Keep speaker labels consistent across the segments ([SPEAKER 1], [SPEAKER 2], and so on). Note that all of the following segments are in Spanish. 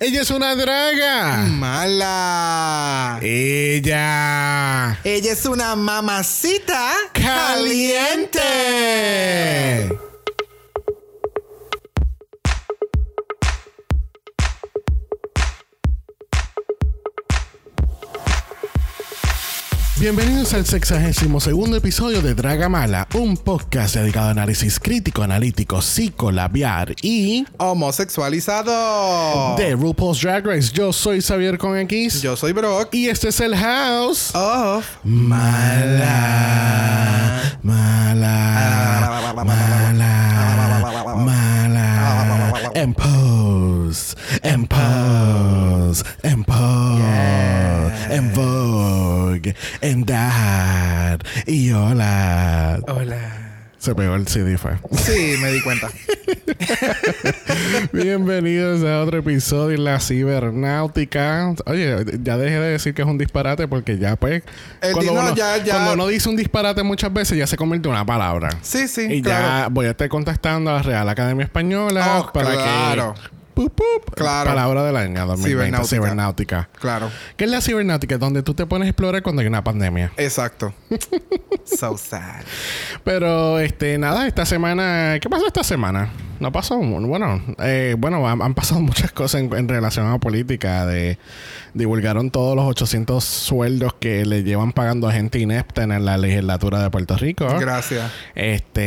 [SPEAKER 1] Ella es una draga.
[SPEAKER 2] Mala.
[SPEAKER 1] Eh. Ella.
[SPEAKER 2] Ella es una mamacita
[SPEAKER 1] Caliente. Bienvenidos al sexagésimo segundo episodio de Draga Mala, un podcast dedicado a análisis crítico, analítico, psicolabiar y
[SPEAKER 2] Homosexualizado.
[SPEAKER 1] de RuPaul's Drag Race. Yo soy Xavier con X
[SPEAKER 2] Yo soy Brock.
[SPEAKER 1] y este es el House.
[SPEAKER 2] Oh.
[SPEAKER 1] Mala, mala, mala, mala. And pose, and pose, and pose, and vogue, and that. Y hola.
[SPEAKER 2] Hola.
[SPEAKER 1] Se pegó el CD, fue.
[SPEAKER 2] Sí, me di cuenta.
[SPEAKER 1] Bienvenidos a otro episodio de La Cibernáutica. Oye, ya dejé de decir que es un disparate porque ya, pues.
[SPEAKER 2] El
[SPEAKER 1] cuando,
[SPEAKER 2] Eh, di- no,
[SPEAKER 1] uno,
[SPEAKER 2] ya- ya.
[SPEAKER 1] cuando uno dice un disparate muchas veces, ya se convierte en una palabra.
[SPEAKER 2] Sí, sí,
[SPEAKER 1] Y
[SPEAKER 2] claro.
[SPEAKER 1] ya voy a estar contactando a la Real Academia Española
[SPEAKER 2] Oh,
[SPEAKER 1] para
[SPEAKER 2] claro.
[SPEAKER 1] que. Pup, pup,
[SPEAKER 2] Claro.
[SPEAKER 1] Palabra del año 2020, cibernáutica.
[SPEAKER 2] Cibernáutica. Claro.
[SPEAKER 1] ¿Qué es la cibernáutica? Donde tú te pones a explorar cuando hay una pandemia.
[SPEAKER 2] Exacto. so sad.
[SPEAKER 1] Pero, este, nada, esta semana... ¿Qué pasó esta semana? No pasó... mu- Bueno, eh, bueno han, han pasado muchas cosas en, en relación a política. De, divulgaron todos los 800 sueldos que le llevan pagando a gente inepta en la legislatura de Puerto Rico.
[SPEAKER 2] Gracias.
[SPEAKER 1] Este,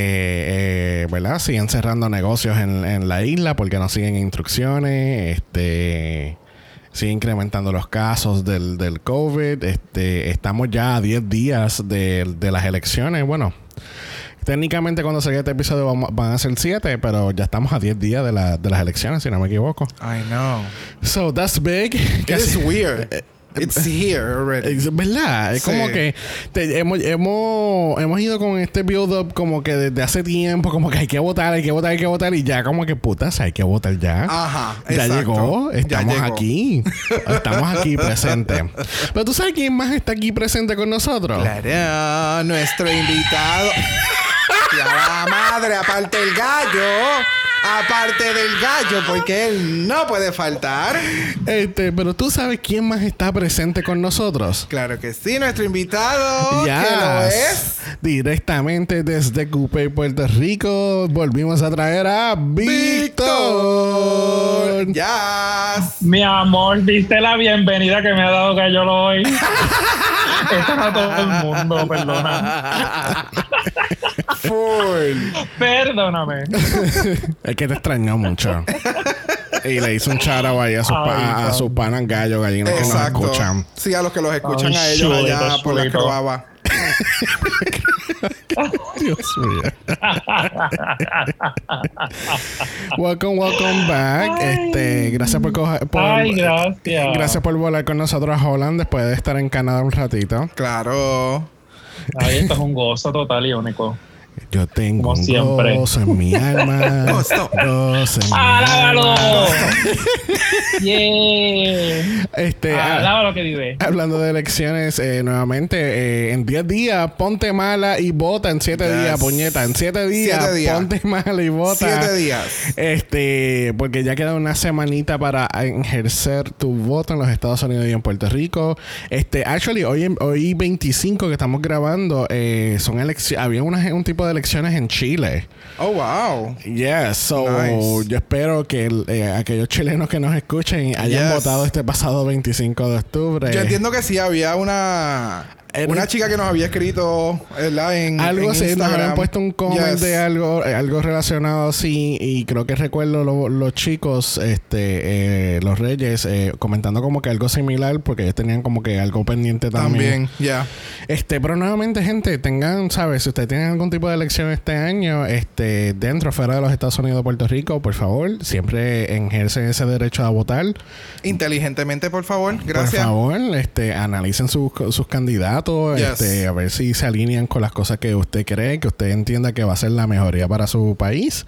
[SPEAKER 1] eh, ¿verdad? Siguen cerrando negocios en, en la isla porque no siguen instrucciones. Este, sigue incrementando los casos del, del COVID. Este, estamos ya a 10 días de, de las elecciones. Bueno, técnicamente cuando salga este episodio vamos- van a ser 7, pero ya estamos a 10 días de, la- de las elecciones, si no me equivoco.
[SPEAKER 2] I know.
[SPEAKER 1] So, that's big.
[SPEAKER 2] It is
[SPEAKER 1] Eh,
[SPEAKER 2] weird. It's here already.
[SPEAKER 1] Es Eh, verdad, es
[SPEAKER 2] Sí.
[SPEAKER 1] como que te- hemos, hemos, hemos ido con este build-up como que desde hace tiempo, como que hay que votar, hay que votar, hay que votar, y ya como que putas, hay que votar ya.
[SPEAKER 2] Ajá.
[SPEAKER 1] Ya
[SPEAKER 2] Ah, exacto.
[SPEAKER 1] llegó,
[SPEAKER 2] Ya
[SPEAKER 1] estamos
[SPEAKER 2] llegó.
[SPEAKER 1] aquí, estamos aquí presente. Pero tú sabes quién más está aquí presente con nosotros.
[SPEAKER 2] Claro, nuestro invitado. Y a la madre, aparte el gallo. Aparte del gallo, porque él no puede faltar.
[SPEAKER 1] Este, pero tú sabes quién más está presente con nosotros.
[SPEAKER 2] Claro que sí, nuestro invitado. Que Oh, lo es.
[SPEAKER 1] Yes. Directamente desde Coupé, Puerto Rico, volvimos a traer a Víctor.
[SPEAKER 2] Yas.
[SPEAKER 3] Mi amor, diste la bienvenida que me ha dado que yo lo oí. Eso no a todo el mundo, perdona.
[SPEAKER 2] Full.
[SPEAKER 3] Perdóname.
[SPEAKER 1] Es que te extrañó mucho. y le hizo un charao ahí a sus,
[SPEAKER 3] Ay,
[SPEAKER 1] pa- a
[SPEAKER 3] Dios.
[SPEAKER 1] sus panas gallos, gallinas que nos
[SPEAKER 2] Exacto.
[SPEAKER 1] escuchan.
[SPEAKER 2] Sí, a los que los escuchan
[SPEAKER 3] Ay,
[SPEAKER 2] a ellos
[SPEAKER 3] chulito,
[SPEAKER 2] allá por la
[SPEAKER 3] chulito.
[SPEAKER 2] probaba.
[SPEAKER 1] Dios mío. welcome, welcome back. Este, gracias por coger. por- eh,
[SPEAKER 3] Ay, gracias.
[SPEAKER 1] Gracias por volar con nosotros a Holland después de estar en Canadá un ratito.
[SPEAKER 2] Claro.
[SPEAKER 3] Ay, esto es un gozo total y
[SPEAKER 1] Mm.
[SPEAKER 3] único.
[SPEAKER 1] Yo tengo
[SPEAKER 3] Como
[SPEAKER 1] un
[SPEAKER 3] siempre. Ah,
[SPEAKER 1] gozo en mi alma.
[SPEAKER 2] Gozo.
[SPEAKER 1] gozo en mi
[SPEAKER 3] ¡Alábalo!
[SPEAKER 1] alma.
[SPEAKER 3] ¡Yeah!
[SPEAKER 1] Este, ah,
[SPEAKER 3] ¡Alábalo que vive!
[SPEAKER 1] Hablando de elecciones, eh, nuevamente, eh, en 10 días ponte mala y vota. En 7
[SPEAKER 2] Yes.
[SPEAKER 1] días, puñeta. En 7 días,
[SPEAKER 2] Siete días.
[SPEAKER 1] ponte mala y vota.
[SPEAKER 2] Siete días.
[SPEAKER 1] Este, porque ya queda una semanita para ejercer tu voto en los Estados Unidos y en Puerto Rico. Este, actually, hoy, en- hoy 25 que estamos grabando, eh, son elecciones, había unas- un tipo de elecciones en Chile.
[SPEAKER 2] Oh, wow.
[SPEAKER 1] Yes, so
[SPEAKER 2] Nice.
[SPEAKER 1] yo espero que el- eh, aquellos chilenos que nos escuchen hayan
[SPEAKER 2] Yes.
[SPEAKER 1] votado este pasado 25 de octubre.
[SPEAKER 2] Yo entiendo que sí, había una
[SPEAKER 1] Era-
[SPEAKER 2] una chica que nos había escrito, ¿verdad? En, en
[SPEAKER 1] Eh, Algo así, nos
[SPEAKER 2] Instagram.
[SPEAKER 1] habían puesto un comment
[SPEAKER 2] Yes.
[SPEAKER 1] de algo, eh, algo relacionado así. Y creo que recuerdo lo- los chicos, este, eh, los reyes, eh, comentando como que algo similar, porque ellos tenían como que algo pendiente también.
[SPEAKER 2] También, ya.
[SPEAKER 1] Este, pero nuevamente, gente, tengan, ¿sabes? Si ustedes tienen algún tipo de elección este año, este, dentro o fuera de los Estados Unidos o Puerto Rico, por favor, siempre ejercen ese derecho a votar.
[SPEAKER 2] Inteligentemente, por favor.
[SPEAKER 1] Pues,
[SPEAKER 2] Gracias.
[SPEAKER 1] Por favor, este, analicen sus, sus candidatos,
[SPEAKER 2] Yes.
[SPEAKER 1] este, a ver si se alinean con las cosas que usted cree, que usted entienda que va a ser la mejoría para su país.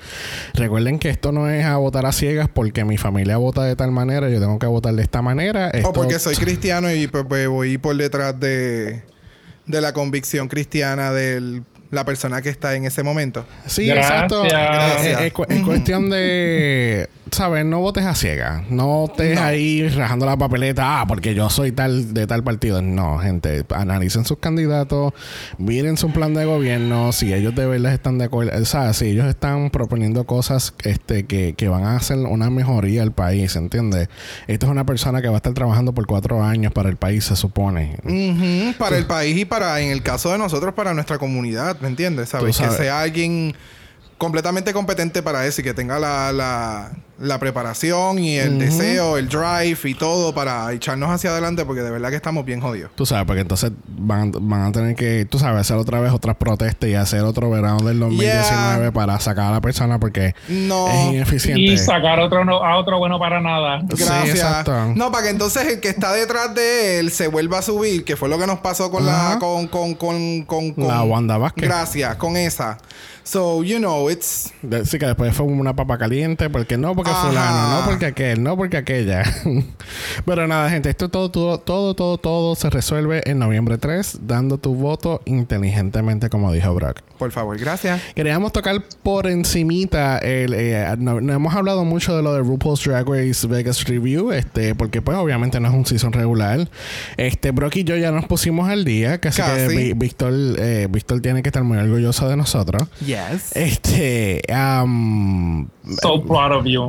[SPEAKER 1] Recuerden que esto no es a votar a ciegas porque mi familia vota de tal manera, yo tengo que votar de esta manera. Esto-
[SPEAKER 2] O porque soy cristiano y pues, pues, voy por detrás de, de la convicción cristiana del la persona que está en ese momento.
[SPEAKER 1] Sí,
[SPEAKER 3] Gracias.
[SPEAKER 1] exacto.
[SPEAKER 3] Gracias.
[SPEAKER 1] Eh, Es, cu- es cuestión de, ¿sabes? No votes a ciegas. No estés ahí rajando la papeleta, ah, porque yo soy tal de tal partido. No, gente, analicen sus candidatos, miren su plan de gobierno, si ellos de verdad están de acuerdo, o sea, si ellos están proponiendo cosas este, que, que van a hacer una mejoría al país, ¿entiendes? Esta es una persona que va a estar trabajando por cuatro años para el país, se supone.
[SPEAKER 2] Ujú, para el país y para, en el caso de nosotros, para nuestra comunidad, ¿me entiendes? ¿Sabes?
[SPEAKER 1] sabes.
[SPEAKER 2] Que sea alguien completamente competente para eso y que tenga la, la- la preparación y el deseo, el drive y todo para echarnos hacia adelante porque de verdad que estamos bien jodidos.
[SPEAKER 1] Tú sabes, porque entonces van, van a tener que, tú sabes, hacer otra vez otras protestas y hacer otro verano del 2019
[SPEAKER 2] Yeah.
[SPEAKER 1] para sacar a la persona porque
[SPEAKER 2] No.
[SPEAKER 1] es ineficiente.
[SPEAKER 3] Y sacar otro no- a otro bueno para nada.
[SPEAKER 1] Sí,
[SPEAKER 2] Gracias.
[SPEAKER 1] exacto.
[SPEAKER 2] no, para que entonces el que está detrás de él se vuelva a subir, que fue lo que nos pasó con
[SPEAKER 1] Ajá.
[SPEAKER 2] la con con con con, con-
[SPEAKER 1] La Wanda Vázquez.
[SPEAKER 2] Gracias, con esa. So, you know, it's
[SPEAKER 1] De- sí, que después fue una papa caliente, porque no, porque
[SPEAKER 2] Ajá.
[SPEAKER 1] fulano, no, porque aquel, no, porque aquella. Pero nada, gente, esto todo, todo, todo, todo, todo se resuelve en noviembre 3, dando tu voto inteligentemente, como dijo Brock.
[SPEAKER 2] por favor, gracias.
[SPEAKER 1] Queríamos tocar por encimita el, eh, no, no hemos hablado mucho de lo de RuPaul's Drag Race Vegas Review, este, porque pues obviamente no es un season regular. Este, Brock y yo ya nos pusimos al día, casi que
[SPEAKER 2] Casi.
[SPEAKER 1] Vi- Víctor, eh, Víctor tiene que estar muy orgulloso de nosotros.
[SPEAKER 2] Yes.
[SPEAKER 1] Este, am,
[SPEAKER 3] So proud of you.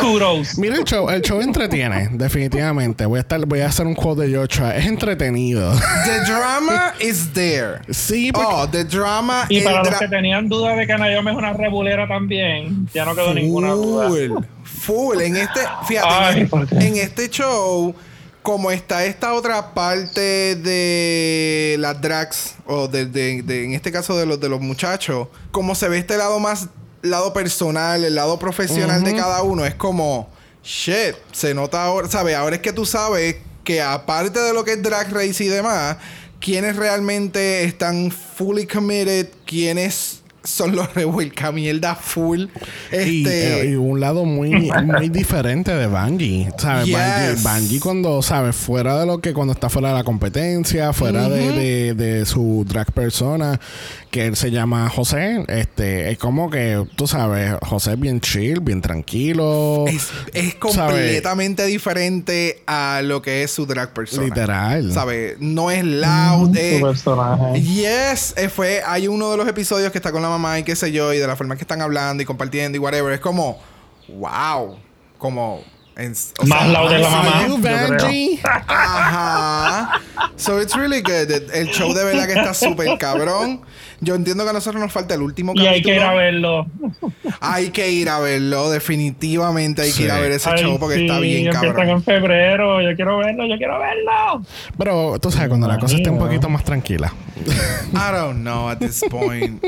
[SPEAKER 3] Kudos.
[SPEAKER 1] mira el show, el show entretiene, definitivamente. Voy a estar, voy a hacer un quote de Yotra, es entretenido.
[SPEAKER 2] The drama is there.
[SPEAKER 1] sí, porque-
[SPEAKER 2] Oh, the drama
[SPEAKER 3] Y
[SPEAKER 1] eh,
[SPEAKER 2] el
[SPEAKER 3] para los
[SPEAKER 2] dra-
[SPEAKER 3] que tenían dudas de que Nayome es una rebulera también, ya no quedó ninguna duda.
[SPEAKER 2] Full, full. En este, fíjate,
[SPEAKER 3] Ay,
[SPEAKER 2] en,
[SPEAKER 3] ¿por qué?
[SPEAKER 2] en este show, como está esta otra parte de las drags, o de, de- de- en este caso de los de los muchachos, como se ve este lado más, lado personal, el lado profesional de cada uno, es como, shit, se nota ahora, ¿sabes? Ahora es que tú sabes que aparte de lo que es drag race y demás, quienes realmente están fully committed, quienes son los revuelca mierda full.
[SPEAKER 1] Y,
[SPEAKER 2] Este,
[SPEAKER 1] eh, y un lado muy, muy diferente de Bungie. ¿sabes?
[SPEAKER 2] Yes.
[SPEAKER 1] Bungie, Bungie cuando, ¿sabes? Fuera de lo que cuando está fuera de la competencia, fuera de, de- de su drag persona, que él se llama José, este, es como que, tú sabes, José es bien chill, bien tranquilo.
[SPEAKER 2] es, es completamente diferente a lo que es su drag persona.
[SPEAKER 1] Literal.
[SPEAKER 2] ¿Sabes? No es loud. eh,
[SPEAKER 3] Tu personaje.
[SPEAKER 2] Yes, eh, fue, hay uno de los episodios que está con la mamá y qué sé yo, y de la forma que están hablando y compartiendo y whatever, es como, wow, como... en- o
[SPEAKER 3] Más
[SPEAKER 2] sea,
[SPEAKER 3] loud de la
[SPEAKER 1] So
[SPEAKER 3] mamá.
[SPEAKER 1] you,
[SPEAKER 3] yo creo.
[SPEAKER 1] Bungie?
[SPEAKER 2] Ajá. So it's really good. El- El show de verdad que está súper cabrón. Yo entiendo que a nosotros nos falta el último
[SPEAKER 3] Y
[SPEAKER 2] capítulo.
[SPEAKER 3] hay que ir a verlo.
[SPEAKER 2] Hay que ir a verlo, definitivamente hay que
[SPEAKER 1] Sí.
[SPEAKER 2] ir a ver ese
[SPEAKER 3] Ay,
[SPEAKER 2] show porque
[SPEAKER 3] sí,
[SPEAKER 2] está bien
[SPEAKER 3] empiezan en
[SPEAKER 2] cabrón.
[SPEAKER 3] febrero. Yo quiero verlo, yo quiero verlo.
[SPEAKER 1] Pero tú sabes, cuando la cosa esté un
[SPEAKER 3] Imagino.
[SPEAKER 1] poquito más tranquila.
[SPEAKER 2] I don't know at this point.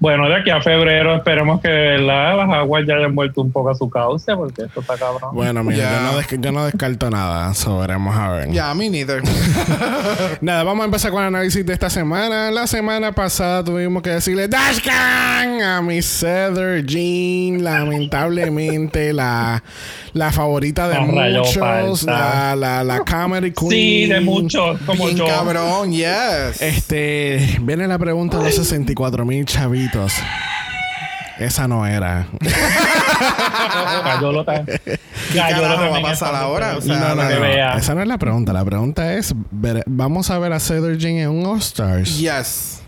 [SPEAKER 3] Bueno, de aquí a febrero esperemos que ¿verdad? las aguas ya hayan vuelto un poco a su cauce, porque esto está cabrón.
[SPEAKER 1] Bueno, mira,
[SPEAKER 2] Ya.
[SPEAKER 1] yo, no des- yo no descarto nada. So, veremos a ver.
[SPEAKER 2] Ya, me neither.
[SPEAKER 1] Nada, vamos a empezar con el análisis de esta semana. La semana pasada tuvimos que decirle Dashcan a mi Heather Jean. Lamentablemente, la, la favorita de
[SPEAKER 3] Ah, rayo,
[SPEAKER 1] muchos,
[SPEAKER 3] falta.
[SPEAKER 1] la, la, la comedy queen.
[SPEAKER 3] sí, de muchos, como
[SPEAKER 2] Bien
[SPEAKER 3] yo.
[SPEAKER 2] cabrón, yes.
[SPEAKER 1] Este, viene la pregunta de los 64 mil chavitos. Esa no era.
[SPEAKER 3] Gallolo tan- Gallolo
[SPEAKER 2] carajo va a
[SPEAKER 3] también
[SPEAKER 2] pasar
[SPEAKER 3] está
[SPEAKER 2] ahora?
[SPEAKER 3] muy
[SPEAKER 2] O sea,
[SPEAKER 3] bien,
[SPEAKER 2] no,
[SPEAKER 3] para que
[SPEAKER 2] no, no.
[SPEAKER 3] vea.
[SPEAKER 1] Esa no es la pregunta. La pregunta es: ver- ¿vamos a ver a Heather Jean en un All-Stars?
[SPEAKER 2] Yes.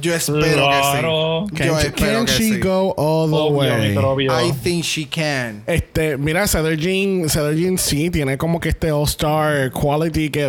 [SPEAKER 2] Yo espero
[SPEAKER 3] Claro.
[SPEAKER 2] que sí. Yo
[SPEAKER 1] Can, she-
[SPEAKER 2] espero
[SPEAKER 1] can
[SPEAKER 2] que
[SPEAKER 1] she
[SPEAKER 2] sí.
[SPEAKER 1] go all the
[SPEAKER 3] Obvio,
[SPEAKER 1] way?
[SPEAKER 3] microbio.
[SPEAKER 2] I think she can.
[SPEAKER 1] Este, mira, Cedar Jean, Cedar Jean sí tiene como que este All-Star quality que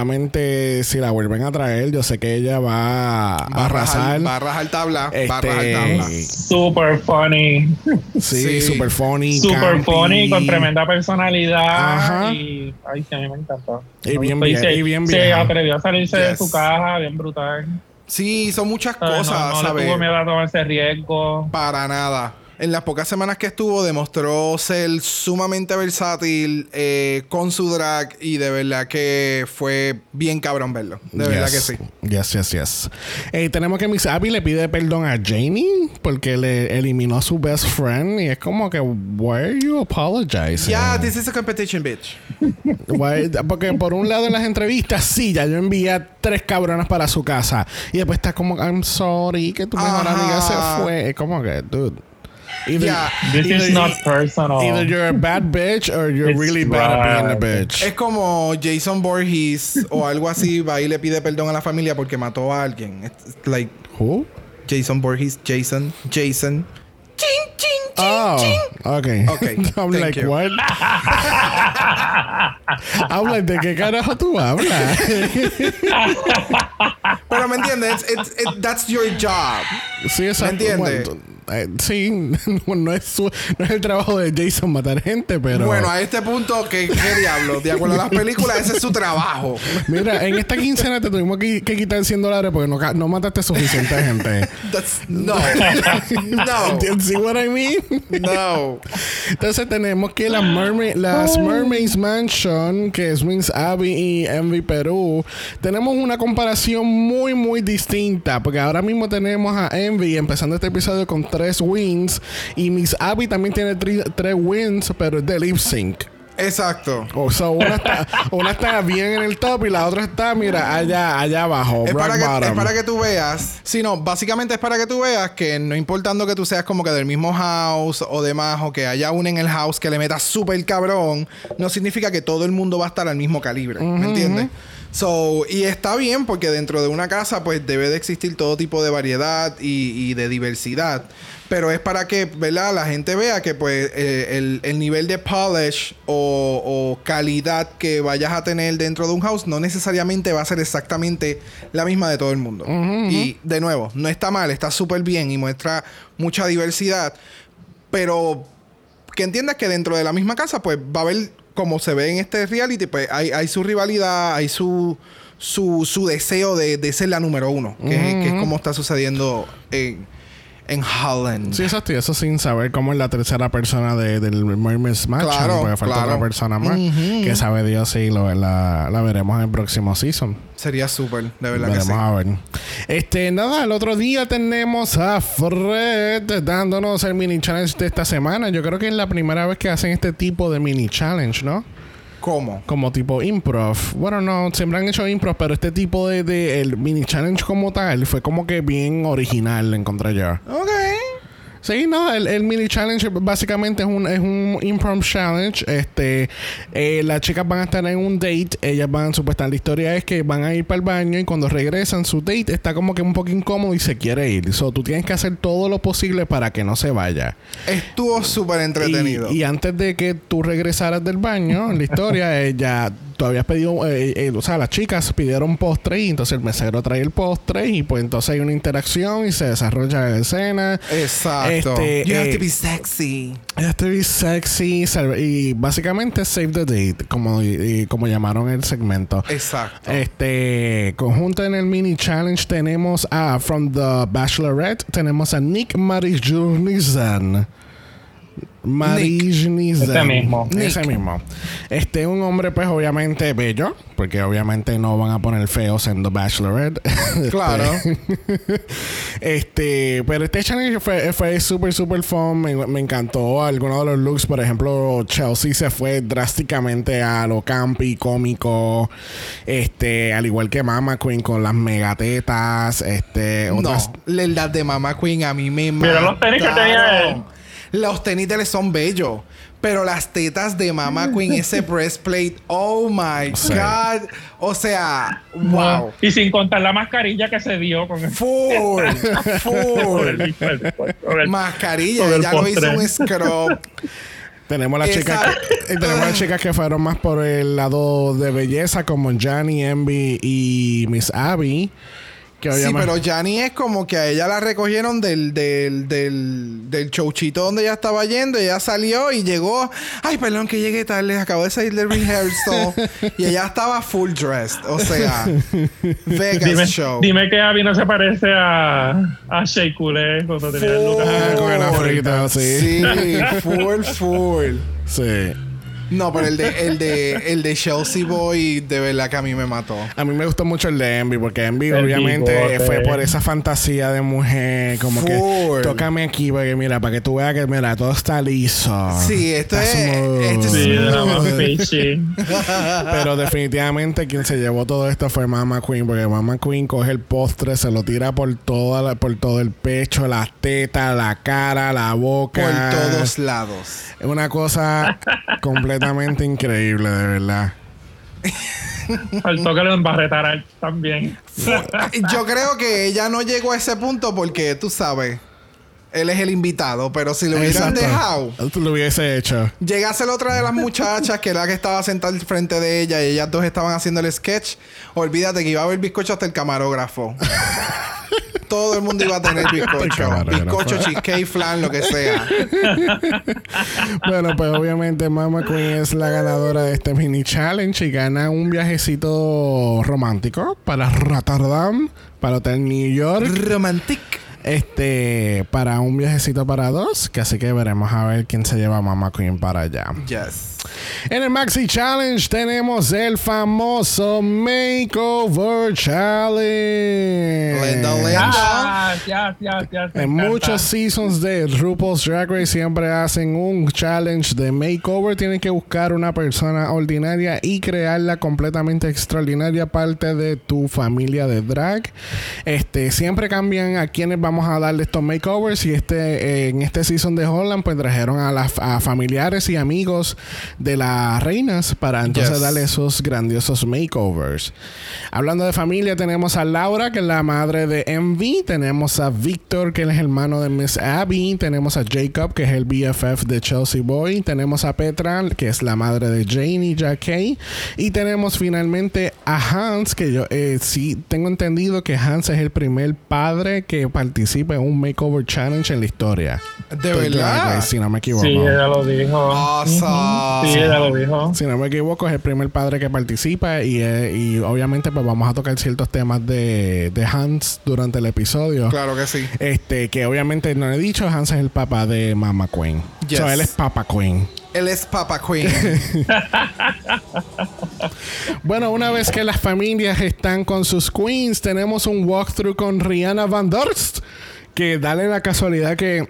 [SPEAKER 1] definitivamente si la vuelven a traer, yo sé que ella va a
[SPEAKER 2] Va
[SPEAKER 1] arrasar.
[SPEAKER 2] rajar- Va a rajar tabla. Va a rajar tabla.
[SPEAKER 1] Este,
[SPEAKER 3] Super funny.
[SPEAKER 1] sí,
[SPEAKER 2] Sí.
[SPEAKER 1] super funny.
[SPEAKER 3] Super
[SPEAKER 1] campy.
[SPEAKER 3] funny, con tremenda personalidad.
[SPEAKER 1] Ajá.
[SPEAKER 3] Y, ay, sí, a mí me encantó.
[SPEAKER 1] Y
[SPEAKER 3] Me
[SPEAKER 1] bien
[SPEAKER 3] gustó.
[SPEAKER 1] vie-
[SPEAKER 3] se,
[SPEAKER 1] y bien
[SPEAKER 3] se
[SPEAKER 1] vieja.
[SPEAKER 3] atrevió a salirse de
[SPEAKER 2] Yes.
[SPEAKER 3] su caja, bien brutal.
[SPEAKER 2] Sí, son muchas
[SPEAKER 3] ¿Sabes?
[SPEAKER 2] cosas,
[SPEAKER 3] no, no le
[SPEAKER 2] ¿sabes?
[SPEAKER 3] tuvo miedo a tomar ese riesgo.
[SPEAKER 2] Para nada. en las pocas semanas que estuvo demostró ser sumamente versátil eh, con su drag y de verdad que fue bien cabrón verlo. De verdad que
[SPEAKER 1] Yes.
[SPEAKER 2] sí.
[SPEAKER 1] Yes, yes, yes. Eh, tenemos que Miss Abby le pide perdón a Jamie porque le eliminó a su best friend y es como que, why are you apologizing?
[SPEAKER 2] Yeah, this is a competition, bitch.
[SPEAKER 1] Why- porque por un lado en las entrevistas, sí, ya yo envié a tres cabronas para su casa y después está como, I'm sorry, que tu mejor
[SPEAKER 2] Ajá.
[SPEAKER 1] amiga se fue. Es como que, dude. Either,
[SPEAKER 2] Yeah.
[SPEAKER 3] This
[SPEAKER 1] either-
[SPEAKER 3] is not personal.
[SPEAKER 1] either you're a bad bitch or you're
[SPEAKER 3] It's
[SPEAKER 1] really bad at being a
[SPEAKER 3] right.
[SPEAKER 1] bitch.
[SPEAKER 2] Es como Jason Voorhees o algo así, va y le pide perdón a la familia porque mató a alguien. It's like
[SPEAKER 1] Who?
[SPEAKER 2] Jason Voorhees, Jason, Jason. Ching, ching, ching,
[SPEAKER 1] Oh,
[SPEAKER 2] ching.
[SPEAKER 1] okay.
[SPEAKER 2] Okay,
[SPEAKER 1] I'm
[SPEAKER 2] thank
[SPEAKER 1] like,
[SPEAKER 2] you.
[SPEAKER 1] what? I'm like, ¿de qué carajo tú hablas?
[SPEAKER 2] Pero me entiendes, It's- it's- it- that's your job.
[SPEAKER 1] sí, exacto.
[SPEAKER 2] ¿Me
[SPEAKER 1] Bueno,
[SPEAKER 2] entiendes?
[SPEAKER 1] eh, sí, no, no es su- no es el trabajo de Jason matar gente, pero...
[SPEAKER 2] Bueno, a este punto, ¿qué, qué diablo? De acuerdo a las películas, ese es su trabajo.
[SPEAKER 1] Mira, en esta quincena te tuvimos que, que quitar 100 dólares porque no, ca- no mataste suficiente gente.
[SPEAKER 2] That's, no. No.
[SPEAKER 1] ¿Sí what I mean?
[SPEAKER 2] No.
[SPEAKER 1] Entonces tenemos que las, merma- las Mermaids Mansion, que es Wings Abbey y Envy Perú, tenemos una comparación muy, muy distinta, porque ahora mismo tenemos a Envy empezando este episodio con tres wins, y Miss Abby también tiene tri- tres wins, pero es de lip sync.
[SPEAKER 2] Exacto.
[SPEAKER 1] O sea, una está, una está bien en el top y la otra está, mira, allá, allá abajo.
[SPEAKER 2] Es
[SPEAKER 1] rock
[SPEAKER 2] para, que, es
[SPEAKER 1] bottom.
[SPEAKER 2] para que tú veas. Sí, no, básicamente es para que tú veas que no importando que tú seas como que del mismo house o demás, o que haya uno en el house que le meta súper cabrón, no significa que todo el mundo va a estar al mismo calibre. ¿Me entiendes? So, y está bien porque dentro de una casa pues debe de existir todo tipo de variedad y, y de diversidad. Pero es para que, ¿verdad? La gente vea que pues eh, el, el nivel de polish o, o calidad que vayas a tener dentro de un house no necesariamente va a ser exactamente la misma de todo el mundo. Y de nuevo, no está mal, está súper bien y muestra mucha diversidad. Pero que entiendas que dentro de la misma casa, pues va a haber, como se ve en este reality, pues hay, hay su rivalidad, hay su, su, su deseo de, de ser la número uno, que, es, que es como está sucediendo en, en Holland.
[SPEAKER 1] Sí, exacto. Y eso sin saber cómo es la tercera persona de, del Mermaid's Mansion.
[SPEAKER 2] Claro,
[SPEAKER 1] porque falta
[SPEAKER 2] claro.
[SPEAKER 1] otra persona más. Que sabe Dios si lo, la, la veremos en el próximo season.
[SPEAKER 2] Sería súper, de verdad que
[SPEAKER 1] Veremos
[SPEAKER 2] sí.
[SPEAKER 1] a ver. Este, nada, el otro día tenemos a Fred dándonos el mini challenge de esta semana. Yo creo que es la primera vez que hacen este tipo de mini challenge, ¿no?
[SPEAKER 2] ¿Cómo?
[SPEAKER 1] Como tipo improv. Bueno, no, siempre han hecho improv, pero este tipo de, de- el mini challenge como tal fue como que bien original, lo encontré yo.
[SPEAKER 2] Ok.
[SPEAKER 1] Sí, no, el, el mini challenge básicamente es un, es un improv challenge. Este, eh, las chicas van a estar en un date, ellas van, supuestamente, la historia es que van a ir para el baño y cuando regresan, su date está como que un poco incómodo y se quiere ir. So, tú tienes que hacer todo lo posible para que no se vaya.
[SPEAKER 2] Estuvo súper entretenido.
[SPEAKER 1] Y, y antes de que tú regresaras del baño, en la historia, ella, tú habías pedido, eh, eh, o sea, las chicas pidieron postre y entonces el mesero trae el postre y pues entonces hay una interacción y se desarrolla la escena.
[SPEAKER 2] Exacto.
[SPEAKER 1] Este,
[SPEAKER 2] you have
[SPEAKER 1] eh,
[SPEAKER 2] to be sexy.
[SPEAKER 1] You have to be sexy salve- y básicamente save the date, como, y- y como llamaron el segmento.
[SPEAKER 2] Exacto.
[SPEAKER 1] Este conjunto en el mini challenge tenemos a From the Bachelorette, tenemos a Nick Marijunizan. Marijunizan.
[SPEAKER 2] Este
[SPEAKER 3] Ese mismo.
[SPEAKER 1] Ese mismo. Este un hombre, pues obviamente bello, porque obviamente no van a poner feos en The Bachelorette.
[SPEAKER 2] Claro.
[SPEAKER 1] Este, pero este challenge fue, fue súper, súper fun. Me, me encantó algunos de los looks. Por ejemplo, Chelsea se fue drásticamente a lo campi, cómico. Este, al igual que Mama Queen con las megatetas. Este, otras.
[SPEAKER 2] No, le- las de Mama Queen a mí me
[SPEAKER 3] Mira los tenis que tenía
[SPEAKER 2] mataron.
[SPEAKER 3] él.
[SPEAKER 2] Los tenis de él son bellos. Pero las tetas de Mama Queen, ese breastplate, oh my
[SPEAKER 1] Sí.
[SPEAKER 2] God. O sea, wow.
[SPEAKER 3] Y sin contar la mascarilla que se dio con el,
[SPEAKER 2] Full,
[SPEAKER 3] con
[SPEAKER 2] full.
[SPEAKER 3] el, con el- con el-
[SPEAKER 2] Mascarilla,
[SPEAKER 3] Con el
[SPEAKER 2] ella lo hizo
[SPEAKER 3] postre.
[SPEAKER 2] un scrub.
[SPEAKER 1] Tenemos las
[SPEAKER 2] Esa-
[SPEAKER 1] chicas. que- eh, tenemos las chicas que fueron más por el lado de belleza, como Jani, Envy y Miss Abby. Que
[SPEAKER 2] Sí,
[SPEAKER 1] obviamente-
[SPEAKER 2] pero Yanni es como que a ella la recogieron del, del, del, del showchito donde ella estaba yendo. Ella salió y llegó. Ay, perdón que llegué tarde. Acabo de salir del rehearsal. y ella estaba full dressed. O sea, Vegas
[SPEAKER 3] Dime,
[SPEAKER 2] Show.
[SPEAKER 3] dime que Abby no se parece a, a Shea Coulee cuando tenía el look
[SPEAKER 1] Ah,
[SPEAKER 3] así.
[SPEAKER 1] con el
[SPEAKER 2] Full.
[SPEAKER 1] afrita, sí.
[SPEAKER 2] Sí, full, full.
[SPEAKER 1] Sí.
[SPEAKER 2] No, pero el de, el de, el de Chelsea Boy, de verdad que a mí me mató.
[SPEAKER 1] A mí me gustó mucho el de Envy, porque Envy
[SPEAKER 3] El
[SPEAKER 1] obviamente
[SPEAKER 3] bigote.
[SPEAKER 1] fue por esa fantasía de mujer, como
[SPEAKER 2] Full.
[SPEAKER 1] que tócame aquí, porque mira, para que tú veas que mira, todo está liso.
[SPEAKER 2] Sí, esto
[SPEAKER 1] Está
[SPEAKER 2] es-
[SPEAKER 1] smooth.
[SPEAKER 2] esto es
[SPEAKER 3] Sí, era más pichi.
[SPEAKER 1] Pero definitivamente quien se llevó todo esto fue Mama Queen, porque Mama Queen coge el postre, se lo tira por toda la- por todo el pecho, las tetas, la cara, la boca.
[SPEAKER 2] Por todos lados.
[SPEAKER 1] Es una cosa completamente increíble, de verdad.
[SPEAKER 3] Faltó que lo embarretara él también.
[SPEAKER 2] Yo creo que ella no llegó a ese punto porque, tú sabes, él es el invitado, pero si lo hubieran
[SPEAKER 1] Exacto.
[SPEAKER 2] dejado,
[SPEAKER 1] Lo hubiese hecho.
[SPEAKER 2] llegase la otra de las muchachas, que era la que estaba sentada al frente de ella, y ellas dos estaban haciendo el sketch, olvídate que iba a haber bizcocho hasta el camarógrafo. Todo el mundo iba a tener bizcocho.
[SPEAKER 1] camarógrafo.
[SPEAKER 2] bizcocho, cheesecake, flan, lo que sea.
[SPEAKER 1] Bueno, pues obviamente Mama Queen es la ganadora de este mini challenge y gana un viajecito romántico para Rotterdam, para Hotel New York,
[SPEAKER 2] Romantic.
[SPEAKER 1] este, para un viajecito para dos, que así que veremos a ver quién se lleva a Mama Queen para allá.
[SPEAKER 2] Yes.
[SPEAKER 1] En el Maxi Challenge tenemos el famoso Makeover Challenge.
[SPEAKER 2] Linda, linda. Ah.
[SPEAKER 3] Ya, ya, ya, ya. me
[SPEAKER 1] En
[SPEAKER 3] encanta.
[SPEAKER 1] muchas seasons de RuPaul's Drag Race siempre hacen un challenge de makeover. Tienen que buscar una persona ordinaria y crearla completamente extraordinaria, parte de tu familia de drag. Este, siempre cambian a quienes vamos a darle estos makeovers. Y este, eh, en este season de Holland, pues trajeron a, las a familiares y amigos de las reinas para entonces
[SPEAKER 2] Yes.
[SPEAKER 1] darle esos grandiosos makeovers. Hablando de familia, tenemos a Laura, que es la madre de Envy. Tenemos a Víctor, que él es hermano de Miss Abby. Tenemos a Jacob, que es el BFF de Chelsea Boy. Tenemos a Petra, que es la madre de Jane y Jack Kay. Y tenemos finalmente a Hans, que yo eh, sí tengo entendido que Hans es el primer padre que participa en un Makeover Challenge en la historia.
[SPEAKER 2] De
[SPEAKER 1] Del Drag
[SPEAKER 2] verdad.
[SPEAKER 1] Race, Si no me equivoco.
[SPEAKER 3] Sí, ella lo dijo.
[SPEAKER 2] Ah, Awesome.
[SPEAKER 3] Sí, ella lo dijo.
[SPEAKER 1] Si no me equivoco, es el primer padre que participa y, eh, y obviamente pues vamos a tocar ciertos temas de, de Hans durante el episodio.
[SPEAKER 2] Claro que sí.
[SPEAKER 1] Este, que obviamente no he dicho, Hans es el papá de Mama Queen.
[SPEAKER 2] Yes.
[SPEAKER 1] O sea, él es Papa Queen.
[SPEAKER 2] Él es Papa Queen.
[SPEAKER 1] Bueno, una vez que las familias están con sus queens, tenemos un walkthrough con Rihanna Van Dorst. Que dale la casualidad que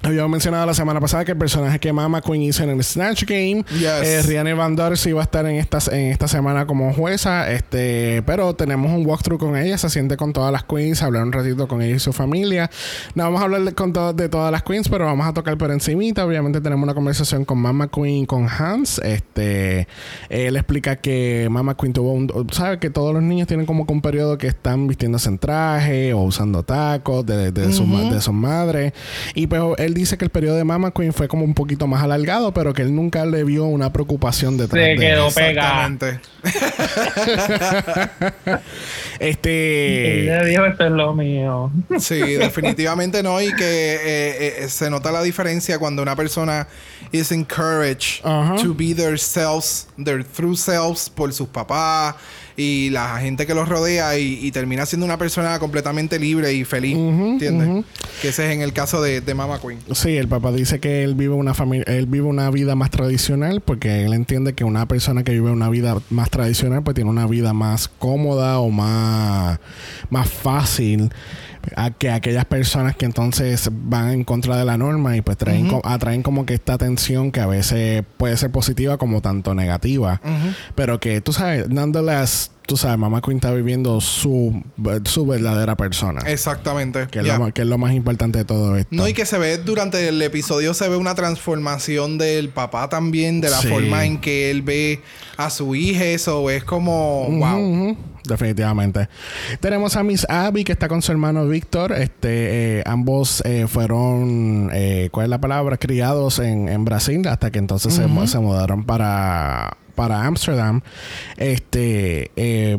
[SPEAKER 1] habíamos mencionado la semana pasada que el personaje que Mama Queen hizo en el Snatch Game.
[SPEAKER 2] Yes.
[SPEAKER 1] eh, Rihanna Van Dorst iba a estar en esta, en esta semana como jueza. Este, pero tenemos un walkthrough con ella. Se siente con todas las queens. Hablar un ratito con ella y su familia. No vamos a hablar de, con to- de todas las queens, pero vamos a tocar por encimita. Obviamente tenemos una conversación con Mama Queen y con Hans. Este, él explica que Mama Queen tuvo un... ¿Sabe que todos los niños tienen como que un periodo que están vistiéndose en traje o usando tacos de, de, sus, ma- de sus madres? Y pues él dice que el periodo de Mama Queen fue como un poquito más alargado, pero que él nunca le vio una preocupación detrás
[SPEAKER 3] Se
[SPEAKER 1] de
[SPEAKER 3] quedó
[SPEAKER 1] eso.
[SPEAKER 3] pegada.
[SPEAKER 2] Exactamente.
[SPEAKER 1] Este...
[SPEAKER 3] Ella dijo, esto es lo mío.
[SPEAKER 2] Sí, definitivamente no. Y que eh, eh, se nota la diferencia cuando una persona is encouraged
[SPEAKER 1] Ajá.
[SPEAKER 2] to be their selves, their true selves, por sus papás y la gente que los rodea y, y termina siendo una persona completamente libre y feliz. ¿Entiendes? Que ese es en el caso de, de Mama Queen.
[SPEAKER 1] Sí, el papá dice que él vive una familia, él vive una vida más tradicional porque él entiende que una persona que vive una vida más tradicional pues tiene una vida más cómoda o más más fácil a que aquellas personas que entonces van en contra de la norma y pues traen co- atraen como que esta tensión que a veces puede ser positiva como tanto negativa, pero que tú sabes, nonetheless, tú sabes, mamá Queen está viviendo su su verdadera persona,
[SPEAKER 2] Exactamente.
[SPEAKER 1] que, es
[SPEAKER 2] Yeah.
[SPEAKER 1] lo, ma- que es lo más importante de todo esto.
[SPEAKER 2] No, y que se ve durante el episodio, se ve una transformación del papá también, de la
[SPEAKER 1] Sí.
[SPEAKER 2] forma en que él ve a su hija, eso es como, Oh, wow.
[SPEAKER 1] Ujú, ujú. Definitivamente. Tenemos a Miss Abby que está con su hermano Víctor. Este, eh, ambos eh, fueron, eh, ¿cuál es la palabra? Criados en, en Brasil hasta que entonces se mu- se, mudaron para para Ámsterdam. Este, eh,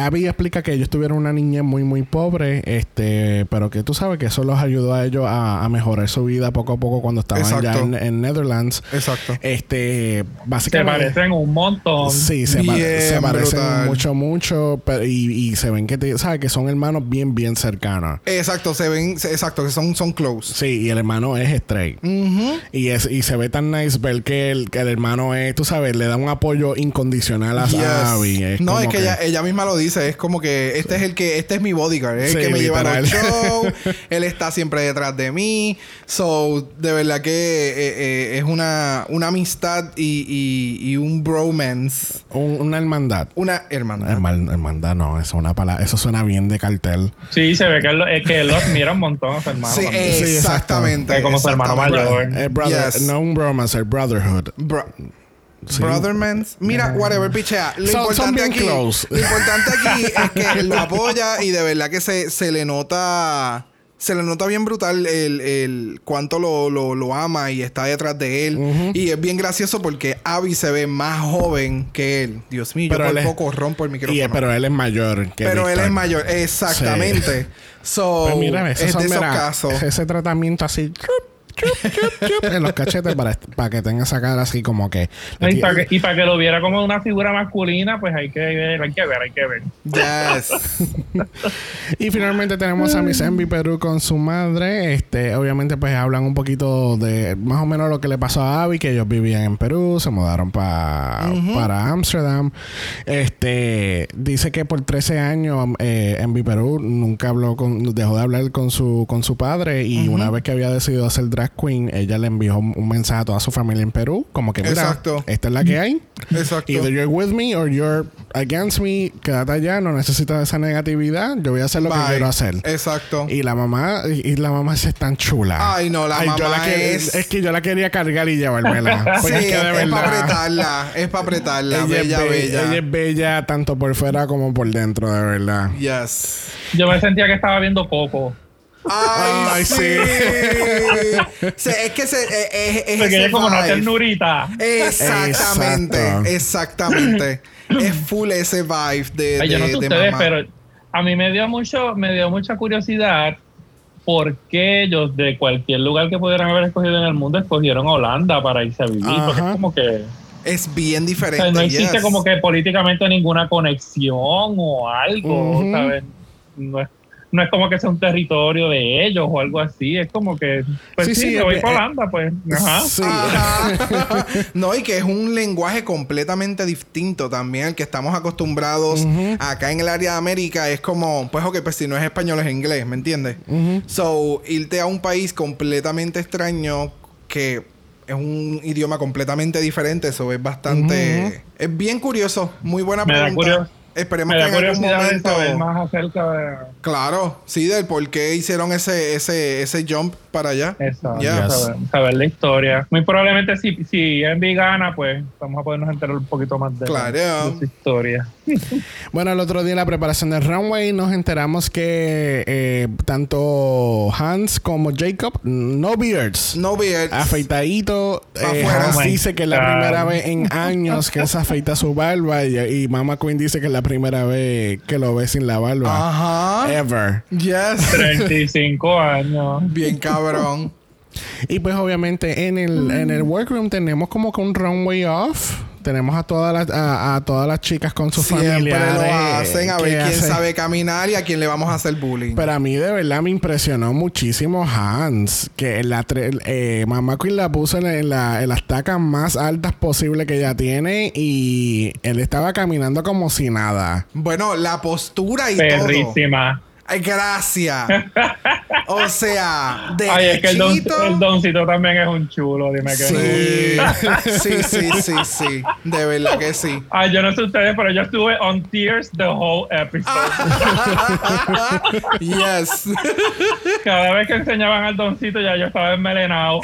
[SPEAKER 1] Abby explica que ellos tuvieron una niñez muy, muy pobre, este, pero que tú sabes que eso los ayudó a ellos a, a mejorar su vida poco a poco cuando estaban ya
[SPEAKER 2] Exacto.
[SPEAKER 1] en, en Netherlands.
[SPEAKER 2] Exacto.
[SPEAKER 1] Este,
[SPEAKER 3] Se
[SPEAKER 1] básicamente.
[SPEAKER 3] parecen un montón.
[SPEAKER 1] Sí, se, pa-
[SPEAKER 2] Bien
[SPEAKER 1] se parecen
[SPEAKER 2] brutal.
[SPEAKER 1] mucho, mucho. pero- y, y se ven que, te- ¿sabes? que son hermanos bien, bien cercanos.
[SPEAKER 2] Exacto, se ven, se- exacto, que son, son close.
[SPEAKER 1] Sí, y el hermano es straight.
[SPEAKER 2] Ujú.
[SPEAKER 1] Y, es, y se ve tan nice ver que el, que el hermano es, tú sabes, le da un apoyo incondicional a
[SPEAKER 2] Yes.
[SPEAKER 1] a Abby.
[SPEAKER 2] no,
[SPEAKER 1] Ah,
[SPEAKER 2] es
[SPEAKER 1] como
[SPEAKER 2] que, Ella, ella misma lo dice, es como que este es el que, este es mi bodyguard, es
[SPEAKER 1] Sí,
[SPEAKER 2] el que me lleva a los
[SPEAKER 1] literal.
[SPEAKER 2] shows, él está siempre detrás de mí, so de verdad que eh, eh, es una, una amistad y, y- y un bromance,
[SPEAKER 1] un- una hermandad.
[SPEAKER 2] una hermana.
[SPEAKER 1] Herman- hermandad no, eso es una palabra, eso suena bien de cartel.
[SPEAKER 3] Sí, se ve que él, es que él los mira un montón a su hermano.
[SPEAKER 2] Sí, eh,
[SPEAKER 3] también.
[SPEAKER 1] Sí,
[SPEAKER 2] exactamente.
[SPEAKER 3] Es como su hermano
[SPEAKER 2] exactamente.
[SPEAKER 3] mayor.
[SPEAKER 1] Eh, brother,
[SPEAKER 2] Yes.
[SPEAKER 1] no un bromance, el brotherhood.
[SPEAKER 2] Bro-
[SPEAKER 1] Sí.
[SPEAKER 2] Brothermans. Mira, whatever, pichea. Lo,
[SPEAKER 1] Son- son
[SPEAKER 2] importante
[SPEAKER 1] bien
[SPEAKER 2] aquí,
[SPEAKER 1] close.
[SPEAKER 2] lo importante aquí es que lo apoya y de verdad que se, se le nota. Se le nota bien brutal el, el cuánto lo, lo- lo ama y está detrás de él. Y es bien gracioso porque Abby se ve más joven que él. Dios mío,
[SPEAKER 1] Pero
[SPEAKER 2] yo
[SPEAKER 1] él
[SPEAKER 2] por
[SPEAKER 1] es-
[SPEAKER 2] poco rompo el micrófono.
[SPEAKER 1] Y, eh, pero él es mayor. que
[SPEAKER 2] Pero él
[SPEAKER 1] Victor.
[SPEAKER 2] es mayor. Exactamente. So,
[SPEAKER 1] Pues mira, esos
[SPEAKER 2] es
[SPEAKER 1] son,
[SPEAKER 2] de esos
[SPEAKER 1] mira,
[SPEAKER 2] casos.
[SPEAKER 1] ese tratamiento así chup, chup, chup, chup, en los cachetes para, para que tenga esa cara así como que.
[SPEAKER 3] Y para que, y pa' que lo viera como una figura masculina, pues hay que ver, hay que ver, hay que ver.
[SPEAKER 2] Yes.
[SPEAKER 1] Y finalmente tenemos a Miss Envy Perú con su madre. Este, obviamente, pues hablan un poquito de más o menos lo que le pasó a Abby, que ellos vivían en Perú, se mudaron pa- para Ámsterdam. Este, dice que por 13 años eh, Envy Perú nunca habló con, dejó de hablar con su, con su padre. Y una vez que había decidido hacer drag queen, ella le envió un un mensaje a toda su familia en Perú, como que mira,
[SPEAKER 2] Exacto.
[SPEAKER 1] esta es la que hay.
[SPEAKER 2] Exacto.
[SPEAKER 1] Either you're with me or you're against me. Quédate allá, no necesitas esa negatividad. Yo voy a hacer lo que
[SPEAKER 2] Bye.
[SPEAKER 1] quiero hacer.
[SPEAKER 2] Exacto.
[SPEAKER 1] Y la mamá, y y la mamá es tan chula.
[SPEAKER 2] Ay, no, la
[SPEAKER 1] yo
[SPEAKER 2] mamá
[SPEAKER 1] que-
[SPEAKER 2] es-
[SPEAKER 1] que yo la quería cargar y llevármela.
[SPEAKER 2] Sí,
[SPEAKER 1] Porque
[SPEAKER 2] es,
[SPEAKER 1] es que de
[SPEAKER 2] para
[SPEAKER 1] verdad.
[SPEAKER 2] apretarla, es para apretarla,
[SPEAKER 1] ella,
[SPEAKER 2] bella,
[SPEAKER 1] es be-
[SPEAKER 2] bella.
[SPEAKER 1] ella es bella tanto por fuera como por dentro, de verdad.
[SPEAKER 2] Yes.
[SPEAKER 3] Yo me sentía que estaba viendo poco.
[SPEAKER 2] Ay,
[SPEAKER 1] Ay,
[SPEAKER 2] sí. Se- es que se, eh, eh, es,
[SPEAKER 3] Porque
[SPEAKER 2] ese
[SPEAKER 3] ella como no
[SPEAKER 2] vibe.
[SPEAKER 3] ternurita.
[SPEAKER 2] Exactamente,
[SPEAKER 1] Exacto.
[SPEAKER 2] exactamente. es full ese vibe de,
[SPEAKER 3] Ay, yo no
[SPEAKER 2] de-
[SPEAKER 3] sé
[SPEAKER 2] de
[SPEAKER 3] ustedes,
[SPEAKER 2] mamá.
[SPEAKER 3] pero a mí me dio mucho, me dio mucha curiosidad por qué ellos de cualquier lugar que pudieran haber escogido en el mundo escogieron Holanda para irse a vivir. Porque
[SPEAKER 1] Ajá.
[SPEAKER 3] es como que
[SPEAKER 2] es bien
[SPEAKER 3] o sea,
[SPEAKER 2] diferente.
[SPEAKER 3] no existe
[SPEAKER 2] yes.
[SPEAKER 3] como que políticamente ninguna conexión o algo,
[SPEAKER 1] Ujú.
[SPEAKER 3] ¿sabes? No es, no es como que sea un territorio de ellos o algo así. Es como que, pues
[SPEAKER 1] Sí,
[SPEAKER 3] sí,
[SPEAKER 1] sí,
[SPEAKER 3] me voy
[SPEAKER 1] eh,
[SPEAKER 3] para Holanda, pues. Ajá.
[SPEAKER 1] Sí.
[SPEAKER 2] Ah. Ajá. no, y que es un lenguaje completamente distinto también al que estamos acostumbrados acá en el área de América. Es como, pues ok, pues si no es español es inglés, ¿me entiendes? So, irte a un país completamente extraño que es un idioma completamente diferente, eso es bastante... Es bien curioso, muy buena
[SPEAKER 3] Me da
[SPEAKER 2] pregunta.
[SPEAKER 3] curio-
[SPEAKER 2] Esperemos
[SPEAKER 3] Me da
[SPEAKER 2] que en algún
[SPEAKER 3] curiosidad de
[SPEAKER 2] momento...
[SPEAKER 3] saber más acerca de
[SPEAKER 2] Claro, sí, del por qué hicieron ese, ese, ese jump para allá.
[SPEAKER 3] Exacto.
[SPEAKER 2] Yes.
[SPEAKER 3] Saber, saber la historia. Muy probablemente si, si Envy gana, pues vamos a podernos enterar un poquito más de,
[SPEAKER 2] Claro.
[SPEAKER 3] de su historia.
[SPEAKER 1] Bueno, el otro día en la preparación del runway nos enteramos que eh, tanto Hans como Jacob, no beards.
[SPEAKER 2] No beards.
[SPEAKER 1] Afeitadito.
[SPEAKER 2] Pa'
[SPEAKER 1] eh,
[SPEAKER 2] afuera.
[SPEAKER 1] Hans
[SPEAKER 3] Oh my
[SPEAKER 1] dice que es la
[SPEAKER 3] God.
[SPEAKER 1] primera vez en años que se afeita su barba. Y, y Mama Queen dice que es la primera vez que lo ve sin la barba. Eh,
[SPEAKER 2] Ajá.
[SPEAKER 1] Ever.
[SPEAKER 2] Yes.
[SPEAKER 3] 35 años.
[SPEAKER 2] Bien cabrón.
[SPEAKER 1] Y pues obviamente en el, en el workroom tenemos como que un runway off. Tenemos a todas las, a, a todas las chicas con sus
[SPEAKER 2] Siempre
[SPEAKER 1] familiares.
[SPEAKER 2] lo hacen a
[SPEAKER 1] que
[SPEAKER 2] ver quién
[SPEAKER 1] hacen-
[SPEAKER 2] sabe caminar y a quién le vamos a hacer bullying.
[SPEAKER 1] Pero a mí de verdad me impresionó muchísimo Hans, que la tre- eh, Mamá Queen la puso en, la- en la- en las tacas más altas posible que ella tiene y él estaba caminando como si nada.
[SPEAKER 2] bueno, la postura y
[SPEAKER 3] Perrísima.
[SPEAKER 2] todo. Ay, gracias. o sea, de
[SPEAKER 3] Ay, es que el, don- el doncito también es un chulo, dime que
[SPEAKER 2] Sí.
[SPEAKER 3] no.
[SPEAKER 2] sí, sí, sí, sí. De verdad que sí.
[SPEAKER 3] Ay, Ah, yo no sé ustedes, pero yo estuve on tears the whole episode.
[SPEAKER 2] Ah. yes.
[SPEAKER 3] Cada vez que enseñaban al doncito, ya yo estaba enmelenado.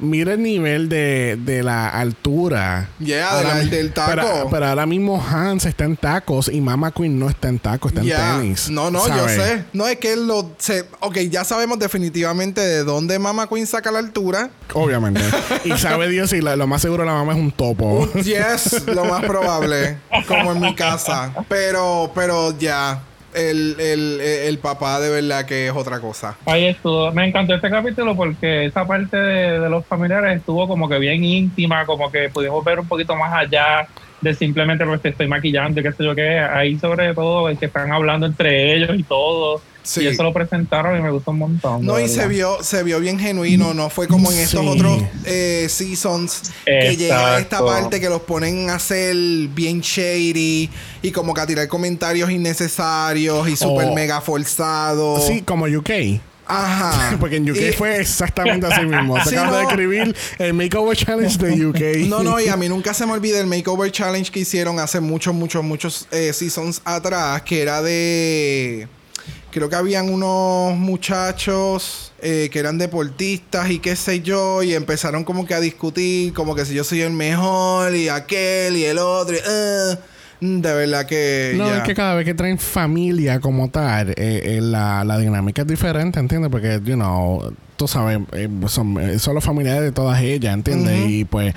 [SPEAKER 1] Mira el nivel de, de la altura.
[SPEAKER 2] Yeah,
[SPEAKER 1] Ahora
[SPEAKER 2] del-
[SPEAKER 1] mi-
[SPEAKER 2] del taco.
[SPEAKER 1] Pero, pero ahora mismo Hans está en tacos y Mama Queen no está en tacos, está
[SPEAKER 2] Ya.
[SPEAKER 1] en tenis.
[SPEAKER 2] No, no,
[SPEAKER 1] ¿sabes?
[SPEAKER 2] yo sé. No, es que lo. Se, ok, ya sabemos definitivamente de dónde Mama Queen saca la altura.
[SPEAKER 1] Obviamente. y sabe Dios si la- lo más seguro la mamá es un topo.
[SPEAKER 2] Yes, lo más probable. Como en mi casa. Pero, pero ya. El, el, el papá de verdad que es otra cosa.
[SPEAKER 3] Ahí estuvo. Me encantó este capítulo porque esa parte de, de los familiares estuvo como que bien íntima, como que pudimos ver un poquito más allá de simplemente porque te estoy maquillando y qué sé yo qué. Ahí sobre todo el que están hablando entre ellos y todo.
[SPEAKER 2] Sí.
[SPEAKER 3] Y eso lo presentaron y me gustó un montón.
[SPEAKER 2] No,
[SPEAKER 3] de
[SPEAKER 2] y
[SPEAKER 3] verdad.
[SPEAKER 2] se vio, se vio bien genuino, no fue como en estos
[SPEAKER 1] Sí.
[SPEAKER 2] otros eh, seasons que
[SPEAKER 3] Exacto.
[SPEAKER 2] llega a esta parte que los ponen a hacer bien shady y como que a tirar comentarios innecesarios y super
[SPEAKER 1] Oh.
[SPEAKER 2] mega forzados.
[SPEAKER 1] Sí, como UK.
[SPEAKER 2] Ajá.
[SPEAKER 1] Porque en UK
[SPEAKER 2] Y-
[SPEAKER 1] fue exactamente así mismo. Se
[SPEAKER 2] Sí,
[SPEAKER 1] acaba de
[SPEAKER 2] no.
[SPEAKER 1] escribir el Makeover Challenge de UK.
[SPEAKER 2] No, no, y a mí nunca se me olvida el makeover challenge que hicieron hace muchos, muchos, muchos eh, seasons atrás, que era de... Creo que habían unos muchachos eh, que eran deportistas y qué sé yo, y empezaron como que a discutir, como que si yo soy el mejor y aquel y el otro. y, eh, mm, de verdad que...
[SPEAKER 1] No,
[SPEAKER 2] ya.
[SPEAKER 1] es que cada vez que traen familia como tal, eh, eh, la, la dinámica es diferente, ¿entiendes? Porque, you know, tú sabes, eh, son, eh, son los familiares de todas ellas, ¿entiendes? Y pues,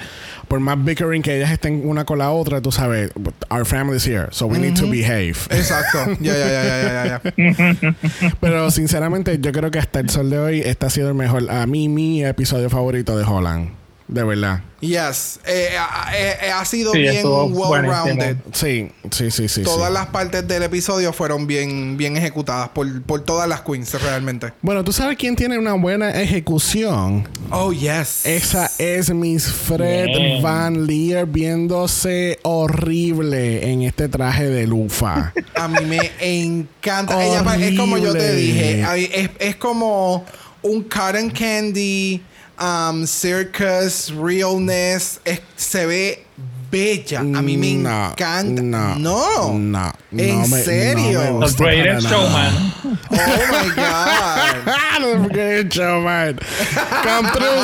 [SPEAKER 1] por más bickering que ellas estén una con la otra, tú sabes, our family's here, so we need to behave.
[SPEAKER 2] Exacto. Ya, ya, ya, ya, ya, ya, ya.
[SPEAKER 1] Pero sinceramente, yo creo que hasta el sol de hoy, este ha sido el mejor, a mí, mi episodio favorito de Holland. De verdad.
[SPEAKER 2] Yes. Eh, a- eh, eh, ha sido
[SPEAKER 3] Sí,
[SPEAKER 2] bien
[SPEAKER 3] estuvo
[SPEAKER 2] well-rounded.
[SPEAKER 3] buenísimo.
[SPEAKER 1] Sí, sí, sí, sí.
[SPEAKER 2] todas
[SPEAKER 1] sí.
[SPEAKER 2] las partes del episodio fueron bien, bien ejecutadas por, por todas las queens realmente.
[SPEAKER 1] Bueno, ¿tú sabes quién tiene una buena ejecución?
[SPEAKER 2] Oh, yes.
[SPEAKER 1] Esa es Miss Fred
[SPEAKER 3] Bien.
[SPEAKER 1] Van Leer viéndose horrible en este traje de lufa.
[SPEAKER 2] A mí me encanta. Ella pa- es como yo te
[SPEAKER 1] Horrible.
[SPEAKER 2] dije. a- Es, es como un cotton candy, um, circus, realness. Es- se ve bella. A mí me
[SPEAKER 1] No,
[SPEAKER 2] encanta. No.
[SPEAKER 1] No. no
[SPEAKER 2] ¿En
[SPEAKER 1] no me- no
[SPEAKER 2] serio?
[SPEAKER 1] me
[SPEAKER 3] The
[SPEAKER 1] gusta para
[SPEAKER 3] Greatest
[SPEAKER 1] nada.
[SPEAKER 3] Showman.
[SPEAKER 2] Oh my God.
[SPEAKER 1] The Greatest Showman. Come through,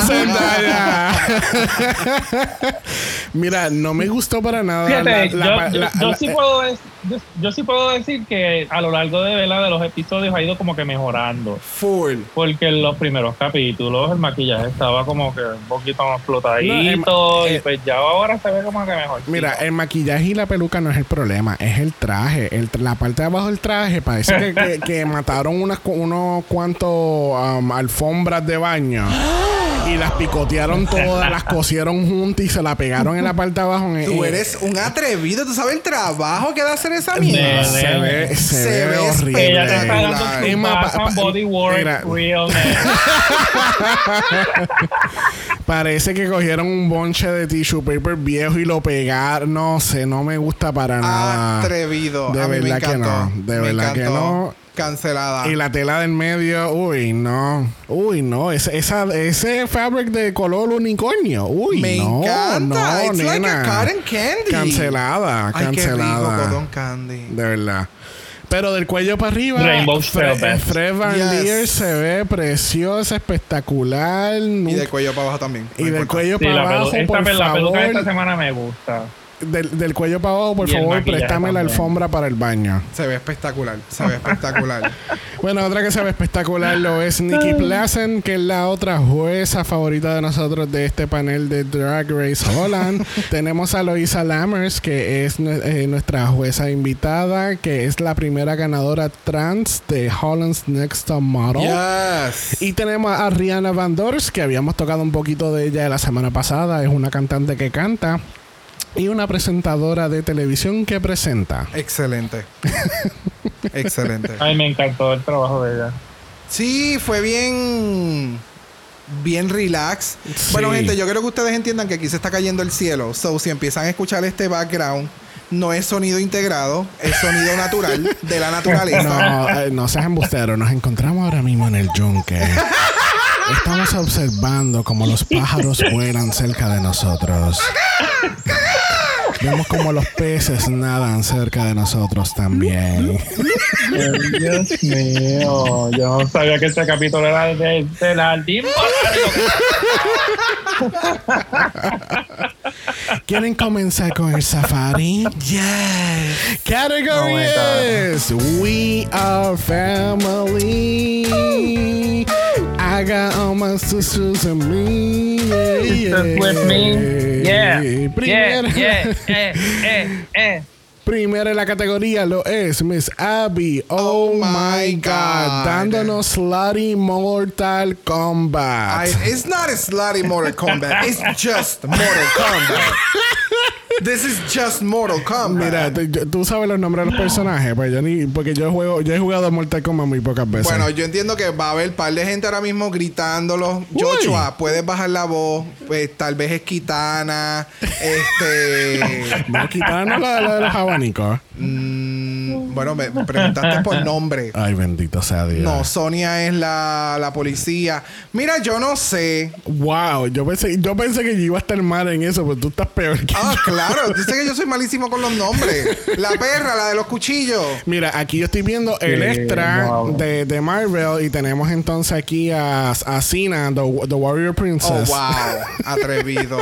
[SPEAKER 1] Zendaya. Mira, no me gustó para nada. la-
[SPEAKER 3] Fíjate,
[SPEAKER 1] la-
[SPEAKER 3] yo-
[SPEAKER 1] la-
[SPEAKER 3] yo,
[SPEAKER 1] la-
[SPEAKER 3] yo
[SPEAKER 1] la- eh.
[SPEAKER 3] sí puedo dec- yo, yo sí puedo decir que a lo largo de ¿verdad? de los episodios ha ido como que mejorando.
[SPEAKER 2] Full.
[SPEAKER 3] Porque en los primeros capítulos el maquillaje estaba como que un poquito más flotadito
[SPEAKER 1] No, em-
[SPEAKER 3] y
[SPEAKER 1] eh,
[SPEAKER 3] pues ya ahora se ve como que mejor.
[SPEAKER 1] Mira, el maquillaje y la peluca no es el problema, es el traje. El tra- la parte de abajo del traje parece que, que- que mataron unas, cu- unos cuantos um, alfombras de baño y las picotearon todas, las cosieron juntas y se la pegaron en la parte de abajo. Eh, En,
[SPEAKER 2] Tú
[SPEAKER 1] en-
[SPEAKER 2] eres un atrevido. ¿Tú sabes el trabajo que da hacer esa
[SPEAKER 1] No,
[SPEAKER 2] mierda?
[SPEAKER 1] eh, se ve, se
[SPEAKER 2] Se
[SPEAKER 1] ve
[SPEAKER 2] ve
[SPEAKER 1] horrible.
[SPEAKER 3] ella te está dando
[SPEAKER 2] Regular.
[SPEAKER 3] su
[SPEAKER 1] Emma,
[SPEAKER 3] paso
[SPEAKER 1] pa-
[SPEAKER 3] en
[SPEAKER 1] pa-
[SPEAKER 3] body work
[SPEAKER 1] mira.
[SPEAKER 3] realness.
[SPEAKER 1] Parece que cogieron un bonche de tissue paper viejo y lo pegaron. No sé, no me gusta
[SPEAKER 2] Ah,
[SPEAKER 1] para nada.
[SPEAKER 2] Atrevido.
[SPEAKER 1] Ah, De
[SPEAKER 2] a mí me
[SPEAKER 1] verdad que
[SPEAKER 2] encantó.
[SPEAKER 1] no, de
[SPEAKER 2] Me
[SPEAKER 1] verdad que
[SPEAKER 2] encantó.
[SPEAKER 1] no.
[SPEAKER 2] Cancelada.
[SPEAKER 1] Y la tela del medio, uy, no. Uy, no. Ese, esa, ese fabric de color unicornio. Uy,
[SPEAKER 2] me
[SPEAKER 1] no.
[SPEAKER 2] encanta.
[SPEAKER 1] No,
[SPEAKER 2] It's
[SPEAKER 1] nena.
[SPEAKER 2] like a cotton candy.
[SPEAKER 1] Cancelada,
[SPEAKER 2] Ay, qué rico
[SPEAKER 1] cancelada.
[SPEAKER 2] cotton candy.
[SPEAKER 1] de verdad. Pero del cuello para arriba,
[SPEAKER 3] Rainbow
[SPEAKER 1] Fre-
[SPEAKER 3] Velvet.
[SPEAKER 1] Fred Van
[SPEAKER 2] Yes.
[SPEAKER 1] Leer se ve preciosa, espectacular.
[SPEAKER 2] Y
[SPEAKER 1] nunca-
[SPEAKER 2] del cuello para abajo también.
[SPEAKER 1] Y
[SPEAKER 2] No
[SPEAKER 1] del
[SPEAKER 2] importa.
[SPEAKER 1] cuello
[SPEAKER 3] Sí,
[SPEAKER 1] para
[SPEAKER 3] la, pelu-
[SPEAKER 1] abajo,
[SPEAKER 3] esta
[SPEAKER 1] por
[SPEAKER 3] pe- la peluca de esta
[SPEAKER 1] favor.
[SPEAKER 3] semana me gusta.
[SPEAKER 1] Del, del cuello para abajo, por
[SPEAKER 3] Y el
[SPEAKER 1] favor,
[SPEAKER 3] maquillaje
[SPEAKER 1] préstame la
[SPEAKER 3] también.
[SPEAKER 1] alfombra para el baño.
[SPEAKER 2] Se ve espectacular. Se ve espectacular.
[SPEAKER 1] Bueno, otra que se ve espectacular lo es Nikki Plassen, que es la otra jueza favorita de nosotros de este panel de Drag Race Holland. Tenemos a Loisa Lammers, que es nue- eh, nuestra jueza invitada, que es la primera ganadora trans de Holland's Next Top Model.
[SPEAKER 2] yes.
[SPEAKER 1] Y tenemos a Rihanna Van Dors, que habíamos tocado un poquito de ella la semana pasada. Es una cantante que canta y una presentadora de televisión que presenta.
[SPEAKER 2] Excelente. Excelente.
[SPEAKER 3] Ay, me encantó el trabajo de ella.
[SPEAKER 2] Sí, fue bien. Bien relax.
[SPEAKER 1] Sí.
[SPEAKER 2] Bueno, gente, yo creo que ustedes entiendan que aquí se está cayendo el cielo. So, si empiezan a escuchar este background, no es sonido integrado, es sonido natural, de la naturaleza.
[SPEAKER 1] No, eh, no seas embustero. Nos encontramos ahora mismo en el yunque. Estamos observando como los pájaros vuelan cerca de nosotros. Vemos como los peces nadan cerca de nosotros también.
[SPEAKER 3] Dios mío, yo no sabía que este capítulo era de, de la Deep Body.
[SPEAKER 1] ¿Quieren comenzar con el safari?
[SPEAKER 2] Yes.
[SPEAKER 1] Category
[SPEAKER 4] No, my God.
[SPEAKER 1] is We Are Family.
[SPEAKER 3] Oh.
[SPEAKER 1] I got all my sisters and me. Yeah,
[SPEAKER 3] Sisters
[SPEAKER 1] yeah.
[SPEAKER 3] with me. Yeah. Yeah,
[SPEAKER 1] Primera,
[SPEAKER 3] yeah, eh, eh, eh.
[SPEAKER 1] primera en la categoría lo es Miss Abby. Oh,
[SPEAKER 2] Oh
[SPEAKER 1] my
[SPEAKER 2] my
[SPEAKER 1] God.
[SPEAKER 2] God.
[SPEAKER 1] Dándonos Slutty Mortal Kombat.
[SPEAKER 2] I, it's not a slutty Mortal Kombat. It's just Mortal Kombat. This is just Mortal
[SPEAKER 1] Mira,
[SPEAKER 2] Kombat.
[SPEAKER 1] te- yo- tú sabes los nombres de los personajes, pues yo ni, porque yo juego, yo he jugado Mortal Kombat muy pocas veces.
[SPEAKER 2] Bueno, yo entiendo que va a haber par de gente ahora mismo gritándolo.
[SPEAKER 1] Uy.
[SPEAKER 2] Joshua, puedes bajar la voz. Pues, tal vez es Kitana. Este.
[SPEAKER 1] no quitarnos la, la de los abanicos.
[SPEAKER 2] mm, bueno, me me preguntaste por nombre.
[SPEAKER 1] Ay, bendito sea Dios.
[SPEAKER 2] No, Sonia es la, la policía. Mira, yo no sé.
[SPEAKER 1] Wow, yo pensé, yo pensé que yo iba a estar mal en eso, pero tú estás peor que
[SPEAKER 2] Ah,
[SPEAKER 1] yo.
[SPEAKER 2] claro. Dice que yo soy malísimo con los nombres. La perra, la de los cuchillos.
[SPEAKER 1] Mira, aquí yo estoy viendo el
[SPEAKER 3] Qué
[SPEAKER 1] extra
[SPEAKER 3] guau.
[SPEAKER 1] de, de Marvel y tenemos entonces aquí a, a Cena, the, the Warrior
[SPEAKER 2] Oh,
[SPEAKER 1] Princess.
[SPEAKER 2] wow. Atrevido.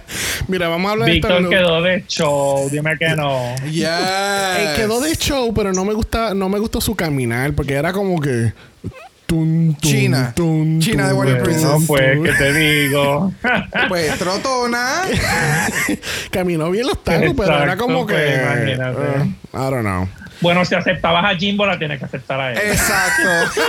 [SPEAKER 1] Mira, vamos a hablar de
[SPEAKER 3] Víctor
[SPEAKER 1] esto.
[SPEAKER 3] quedó de show, dime que no.
[SPEAKER 1] Eh,
[SPEAKER 2] Yes.
[SPEAKER 1] quedó de show, pero no me gusta, no me gustó su caminar, porque era como que tun, tun,
[SPEAKER 2] China.
[SPEAKER 1] tun,
[SPEAKER 2] China de
[SPEAKER 1] tun,
[SPEAKER 2] Warrior
[SPEAKER 1] tun,
[SPEAKER 2] Princess.
[SPEAKER 3] No, pues,
[SPEAKER 1] tun.
[SPEAKER 3] ¿qué te digo?
[SPEAKER 2] Pues trotona.
[SPEAKER 1] Caminó bien los tacos, pero era
[SPEAKER 3] Exacto,
[SPEAKER 1] como que.
[SPEAKER 3] pues, imagínate.
[SPEAKER 1] eh, I don't know.
[SPEAKER 3] bueno, si aceptabas a Jimbo, la tienes que aceptar a él.
[SPEAKER 2] Eh, Exacto.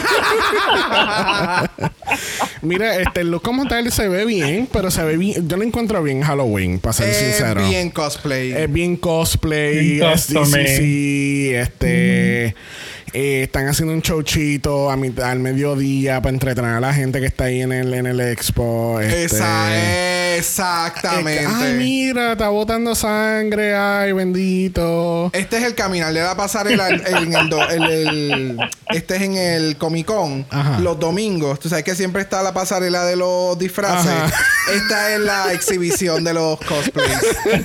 [SPEAKER 1] Mira, este el look como tal se ve bien, pero se ve bien. Yo lo encuentro bien Halloween, para ser
[SPEAKER 2] Es
[SPEAKER 1] sincero. Este-
[SPEAKER 2] bien cosplay.
[SPEAKER 1] Es bien cosplay,
[SPEAKER 3] Bien
[SPEAKER 1] es
[SPEAKER 3] custom,
[SPEAKER 1] DCC, este. eh, están haciendo un showchito a mitad, al mediodía para entretener a la gente que está ahí en el, en el expo. Este,
[SPEAKER 2] Esa-
[SPEAKER 1] Eh, Ay,
[SPEAKER 2] Exactamente.
[SPEAKER 1] mira, está botando sangre. Ay, bendito.
[SPEAKER 2] Este es el caminar de la pasarela en el, do- el- el- este es en el Comic Con
[SPEAKER 1] Ajá.
[SPEAKER 2] los domingos. Tú sabes que siempre está la pasarela de los disfraces.
[SPEAKER 1] Ajá.
[SPEAKER 2] Esta es la exhibición de los cosplays.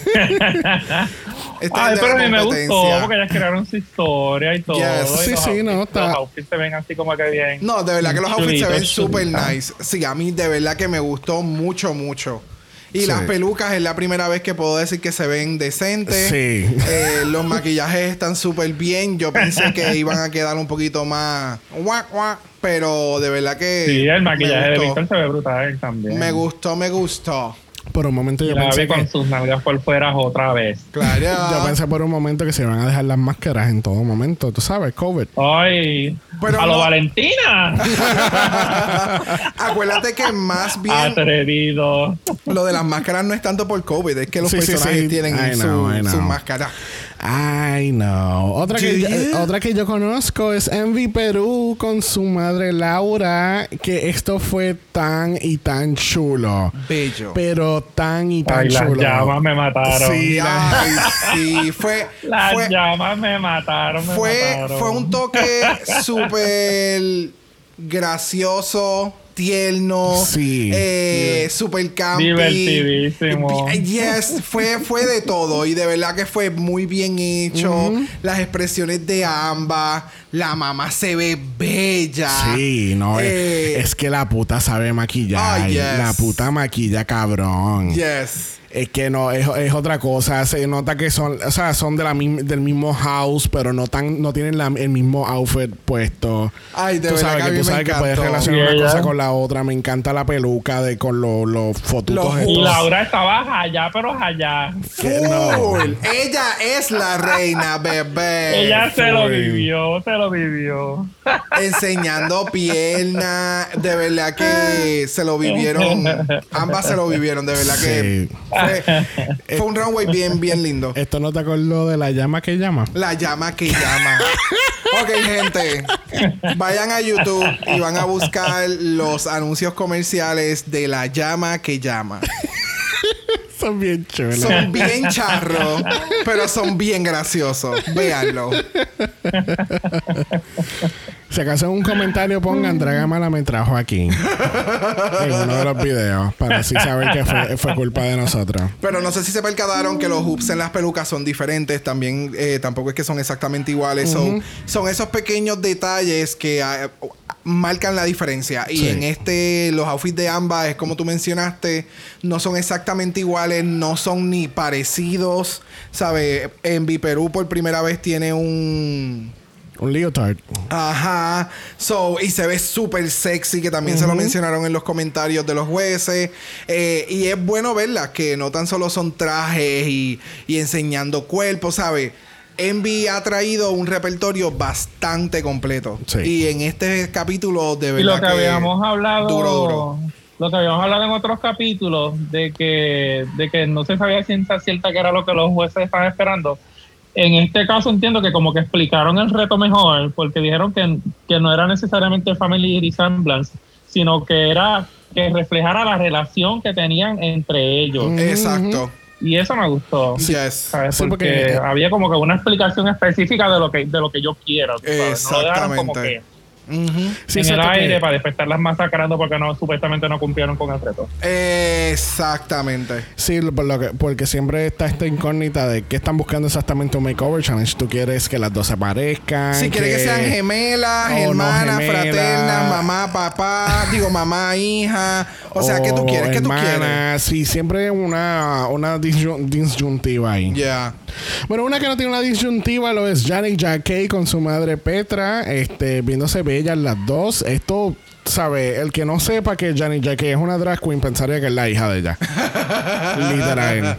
[SPEAKER 2] Esta
[SPEAKER 3] Ay,
[SPEAKER 2] es de
[SPEAKER 3] pero a
[SPEAKER 2] la
[SPEAKER 3] mí me gustó
[SPEAKER 2] competencia.
[SPEAKER 3] porque ellas crearon su historia y todo.
[SPEAKER 2] Yes.
[SPEAKER 3] y los
[SPEAKER 1] Sí, sí, no,
[SPEAKER 3] outfits-
[SPEAKER 1] está-
[SPEAKER 3] Los outfits se ven así como que bien.
[SPEAKER 2] No, de verdad que los outfits se
[SPEAKER 3] Chulitos,
[SPEAKER 2] ven súper
[SPEAKER 3] chulitas.
[SPEAKER 2] nice. Sí, a mí de verdad que me gustó mucho, mucho. Y
[SPEAKER 1] Sí.
[SPEAKER 2] las pelucas es la primera vez que puedo decir que se ven decentes.
[SPEAKER 1] Sí.
[SPEAKER 2] Eh, los maquillajes están súper bien. Yo pensé que iban a quedar un poquito más guac, guac, pero de verdad que.
[SPEAKER 3] Sí, el maquillaje de
[SPEAKER 2] me
[SPEAKER 3] Víctor
[SPEAKER 2] gustó.
[SPEAKER 3] se ve brutal también.
[SPEAKER 2] Me gustó, me gustó.
[SPEAKER 1] Por un momento yo
[SPEAKER 3] La
[SPEAKER 1] pensé
[SPEAKER 3] vi
[SPEAKER 1] que.
[SPEAKER 3] con sus nalgas por fuera otra vez.
[SPEAKER 2] Claro.
[SPEAKER 1] Yo pensé por un momento que se iban a dejar las máscaras en todo momento. Tú sabes, COVID.
[SPEAKER 3] Ay,
[SPEAKER 2] Pero
[SPEAKER 3] a lo
[SPEAKER 2] no-
[SPEAKER 3] Valentina.
[SPEAKER 2] Acuérdate que
[SPEAKER 3] Ah,
[SPEAKER 2] más bien
[SPEAKER 3] Atrevido.
[SPEAKER 2] lo de las máscaras no es tanto por COVID, es que los
[SPEAKER 1] Sí, sí,
[SPEAKER 2] personajes
[SPEAKER 1] sí.
[SPEAKER 2] tienen
[SPEAKER 1] I
[SPEAKER 2] su,
[SPEAKER 1] know, I know.
[SPEAKER 2] su máscara.
[SPEAKER 1] Ay, no. Otra que,
[SPEAKER 2] Do
[SPEAKER 1] yo,
[SPEAKER 2] you?
[SPEAKER 1] eh, otra que yo conozco es Envy Perú con su madre Laura, que esto fue tan y tan chulo.
[SPEAKER 2] Bello.
[SPEAKER 1] Pero tan y tan
[SPEAKER 3] Ay, las
[SPEAKER 1] chulo.
[SPEAKER 3] llamas me mataron.
[SPEAKER 1] Sí, la-
[SPEAKER 2] Ay, sí, fue,
[SPEAKER 3] Las
[SPEAKER 2] fue,
[SPEAKER 3] llamas me mataron. me
[SPEAKER 2] fue,
[SPEAKER 3] mataron.
[SPEAKER 2] fue un toque súper gracioso, tierno,
[SPEAKER 1] Sí.
[SPEAKER 2] eh, súper campi.
[SPEAKER 3] Divertidísimo.
[SPEAKER 2] Eh, Yes, fue, fue de todo y de verdad que fue muy bien hecho. Las expresiones de ambas, la mamá se ve bella.
[SPEAKER 1] Sí, no,
[SPEAKER 2] Eh,
[SPEAKER 1] es, es que la puta sabe maquillar.
[SPEAKER 2] Ah, yes.
[SPEAKER 1] La puta maquilla, cabrón.
[SPEAKER 2] Yes.
[SPEAKER 1] Es que no, es, es otra cosa. Se nota que son, o sea, son de la mim- del mismo house, pero no tan, no tienen la- el mismo outfit puesto.
[SPEAKER 2] Ay, de
[SPEAKER 1] tú
[SPEAKER 2] verdad
[SPEAKER 1] sabes
[SPEAKER 2] que a
[SPEAKER 1] que
[SPEAKER 2] mí
[SPEAKER 1] tú
[SPEAKER 2] me
[SPEAKER 1] sabes que puedes
[SPEAKER 2] encantó.
[SPEAKER 1] relacionar
[SPEAKER 3] Y
[SPEAKER 1] una
[SPEAKER 3] ella-
[SPEAKER 1] cosa con la otra. Me encanta la peluca de con lo- los fotutos.
[SPEAKER 2] Los
[SPEAKER 1] estos.
[SPEAKER 3] Y Laura estaba allá, pero allá.
[SPEAKER 1] Que no.
[SPEAKER 2] Full. Ella es la reina, bebé.
[SPEAKER 3] Ella se lo
[SPEAKER 1] fue.
[SPEAKER 3] vivió, se lo vivió.
[SPEAKER 2] enseñando pierna. De verdad que se lo vivieron. Ambas se lo vivieron, de verdad que.
[SPEAKER 1] Sí.
[SPEAKER 2] Fue, fue un runway bien, bien lindo.
[SPEAKER 1] Esto no te acordó de la llama que llama.
[SPEAKER 2] La llama que llama. Ok, gente. Vayan a YouTube y van a buscar los anuncios comerciales de la llama que llama.
[SPEAKER 1] Son bien chulos.
[SPEAKER 2] Son bien charros, pero son bien graciosos. Véanlo.
[SPEAKER 1] Si acaso en un comentario pongan Dragamala me trajo aquí. en uno de los videos. Para así saber que fue, fue culpa de nosotros.
[SPEAKER 2] Pero no sé si se percataron que los hoops en las pelucas son diferentes. También eh, tampoco es que son exactamente iguales. Son, son esos pequeños detalles que ah, marcan la diferencia. Y
[SPEAKER 1] Sí.
[SPEAKER 2] en este, los outfits de ambas, es como tú mencionaste, no son exactamente iguales, no son ni parecidos. ¿Sabes? En Viperú por primera vez tiene un.
[SPEAKER 1] Un leotard.
[SPEAKER 2] Ajá. So, y se ve súper sexy, que también se lo mencionaron en los comentarios de los jueces. Eh, y es bueno verlas, que no tan solo son trajes y, y enseñando cuerpos, ¿sabes? Envy ha traído un repertorio bastante completo.
[SPEAKER 1] Sí.
[SPEAKER 2] Y en este capítulo, de
[SPEAKER 3] Y
[SPEAKER 2] verdad.
[SPEAKER 3] lo que habíamos hablado,
[SPEAKER 2] duro, duro.
[SPEAKER 3] lo que habíamos hablado en otros capítulos, de que, de que no se sabía ciencia cierta que era lo que los jueces estaban esperando. En este caso entiendo que como que explicaron el reto mejor, porque dijeron que, que no era necesariamente family resemblance, sino que era que reflejara la relación que tenían entre ellos.
[SPEAKER 2] Mm. Exacto.
[SPEAKER 3] Y eso me gustó.
[SPEAKER 2] Yes.
[SPEAKER 3] ¿sabes?
[SPEAKER 1] Sí,
[SPEAKER 3] porque,
[SPEAKER 1] porque-
[SPEAKER 3] había como que una explicación específica de lo que de lo que yo quiero. ¿tú sabes? No lo dejaron como
[SPEAKER 2] Exactamente.
[SPEAKER 3] que
[SPEAKER 2] Ujú.
[SPEAKER 1] Sí,
[SPEAKER 3] en el
[SPEAKER 1] siento que-
[SPEAKER 3] aire para después estarlas masacrando porque no supuestamente no cumplieron con el reto.
[SPEAKER 2] Exactamente.
[SPEAKER 1] Sí, lo- por lo que- porque siempre está esta incógnita de qué están buscando exactamente un makeover challenge. Tú quieres que las dos se parezcan.
[SPEAKER 2] Si quiere que sean gemelas,
[SPEAKER 1] o Oh, no
[SPEAKER 2] hermanas,
[SPEAKER 1] gemelas.
[SPEAKER 2] fraternas, mamá, papá, digo mamá, hija. O sea, ¿qué tú quieres? ¿Qué tú quieres?
[SPEAKER 1] hermanas. Oh, Sí, siempre una, una disyun- disyuntiva ahí.
[SPEAKER 2] Ya.
[SPEAKER 1] Bueno, una que no tiene una disyuntiva lo es Janet Jackey con su madre Petra, este, viéndose bellas las dos. Esto, sabe, el que no sepa que Janet Jackey es una drag queen pensaría que es la hija de ella. Literal.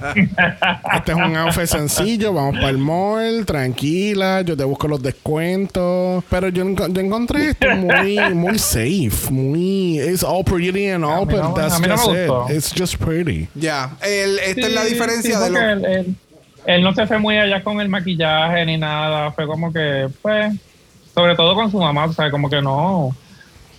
[SPEAKER 1] Este es un outfit sencillo, vamos para el mall, tranquila, yo te busco los descuentos. Pero yo, enco- yo encontré esto muy, muy safe, muy... It's all pretty and all,
[SPEAKER 3] A mí no-
[SPEAKER 1] but that's
[SPEAKER 3] a mí no
[SPEAKER 1] just
[SPEAKER 3] me
[SPEAKER 1] it.
[SPEAKER 3] gustó.
[SPEAKER 1] It's just pretty.
[SPEAKER 2] Ya, El- esta es la
[SPEAKER 3] Sí,
[SPEAKER 2] diferencia
[SPEAKER 3] sí,
[SPEAKER 2] de lo
[SPEAKER 3] porque Él, él- él no se fue muy allá con el maquillaje ni nada. Fue como que, pues, sobre todo con su mamá, o sea, como que no.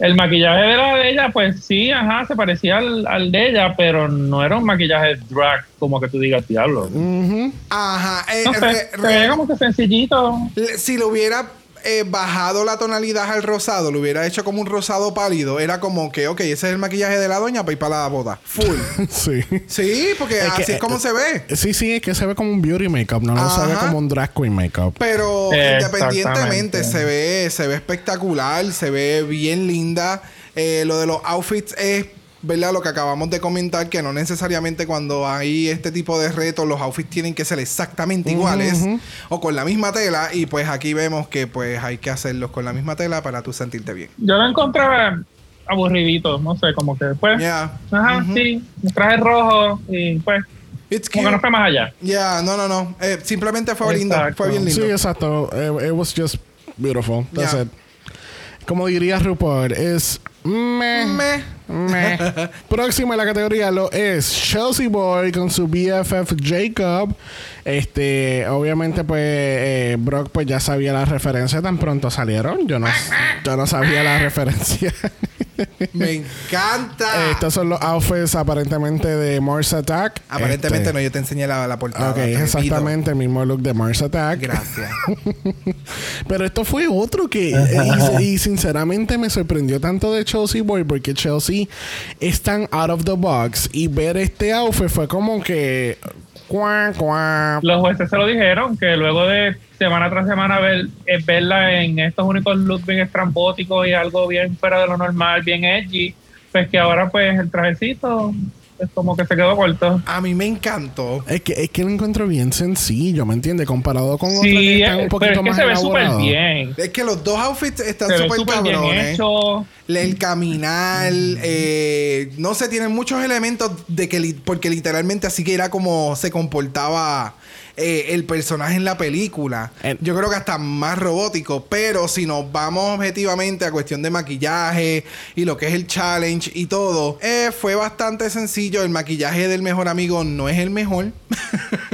[SPEAKER 3] El maquillaje de la de ella, pues sí, ajá, se parecía al, al de ella, pero no era un maquillaje drag, como que tú digas, diablo.
[SPEAKER 1] Ujú.
[SPEAKER 2] Ajá. eh,
[SPEAKER 3] No sé,
[SPEAKER 2] Mm. re-
[SPEAKER 3] se
[SPEAKER 2] re-
[SPEAKER 3] veía como que sencillito.
[SPEAKER 2] le- si le hubiera eh, bajado la tonalidad al rosado, lo hubiera hecho como un rosado pálido, era como que, ok, ese es el maquillaje de la doña para ir para la boda. Full.
[SPEAKER 1] Sí.
[SPEAKER 2] sí, porque
[SPEAKER 1] Es que,
[SPEAKER 2] así es como
[SPEAKER 1] eh,
[SPEAKER 2] se ve.
[SPEAKER 1] Sí, sí, es que se ve como un beauty makeup, no lo se ve
[SPEAKER 2] Ajá.
[SPEAKER 1] como un drag queen makeup.
[SPEAKER 2] Pero
[SPEAKER 3] Exactamente.
[SPEAKER 2] independientemente se ve, se ve espectacular, se ve bien linda. Eh, lo de los outfits es, ¿verdad? Lo que acabamos de comentar, que no necesariamente cuando hay este tipo de retos, los outfits tienen que ser exactamente iguales o con la misma tela. Y pues aquí vemos que pues hay que hacerlos con la misma tela para tú sentirte bien.
[SPEAKER 3] Yo lo encontraba aburridito, no sé, como que después.
[SPEAKER 2] Yeah.
[SPEAKER 3] Ajá, sí, me traje rojo y pues,
[SPEAKER 2] It's
[SPEAKER 3] como
[SPEAKER 2] cute.
[SPEAKER 3] que no fue más allá.
[SPEAKER 2] Yeah, no, no, no. Eh, simplemente fue lindo.
[SPEAKER 3] Exacto.
[SPEAKER 2] Fue bien
[SPEAKER 1] Sí,
[SPEAKER 2] lindo.
[SPEAKER 1] exacto. eh, It, it was just beautiful. That's
[SPEAKER 2] Yeah.
[SPEAKER 1] it. Como diría RuPaul, es meh,
[SPEAKER 2] Meh.
[SPEAKER 1] meh. Próxima en la categoría lo es Chelsea Boy con su BFF Jacob. Este, obviamente, pues eh, Brock pues ya sabía la referencia tan pronto salieron. Yo no, yo no sabía la referencia.
[SPEAKER 2] Me encanta.
[SPEAKER 1] Estos son los outfits aparentemente de Morse Attack.
[SPEAKER 2] Aparentemente
[SPEAKER 1] Este,
[SPEAKER 2] no, yo te enseñé la, la
[SPEAKER 3] Ah,
[SPEAKER 2] portada.
[SPEAKER 1] Ok,
[SPEAKER 2] te
[SPEAKER 1] es
[SPEAKER 2] repito.
[SPEAKER 1] exactamente el mismo look de Mars Attack.
[SPEAKER 2] Gracias.
[SPEAKER 1] Pero esto fue otro que. y, y sinceramente me sorprendió tanto de Chelsea Boy porque Chelsea es tan out of the box. Y ver este outfit fue como que. Cuá, cuá.
[SPEAKER 3] Los jueces se lo dijeron, que luego de semana tras semana ver, eh, verla en estos únicos looks bien estrambóticos y algo bien fuera de lo normal, bien edgy, pues que ahora pues el trajecito es como que se quedó corto.
[SPEAKER 2] A mí me encantó.
[SPEAKER 1] Es que, es que lo encuentro bien sencillo, ¿me entiendes? Comparado con otros que
[SPEAKER 3] Sí,
[SPEAKER 1] están un
[SPEAKER 3] eh, pero
[SPEAKER 1] poquito
[SPEAKER 3] es que
[SPEAKER 1] más
[SPEAKER 3] se ve súper
[SPEAKER 1] elaborados.
[SPEAKER 3] bien.
[SPEAKER 2] Es que los dos outfits están
[SPEAKER 3] Se ve
[SPEAKER 2] súper
[SPEAKER 3] súper bien
[SPEAKER 2] cabrones.
[SPEAKER 3] hecho.
[SPEAKER 2] El caminar, eh, no sé, tienen muchos elementos de que, li- porque literalmente así que era como se comportaba eh, el personaje en la película.
[SPEAKER 1] El-
[SPEAKER 2] Yo creo que hasta más robótico, pero si nos vamos objetivamente a cuestión de maquillaje y lo que es el challenge y todo, eh, fue bastante sencillo. El maquillaje del mejor amigo no es el mejor.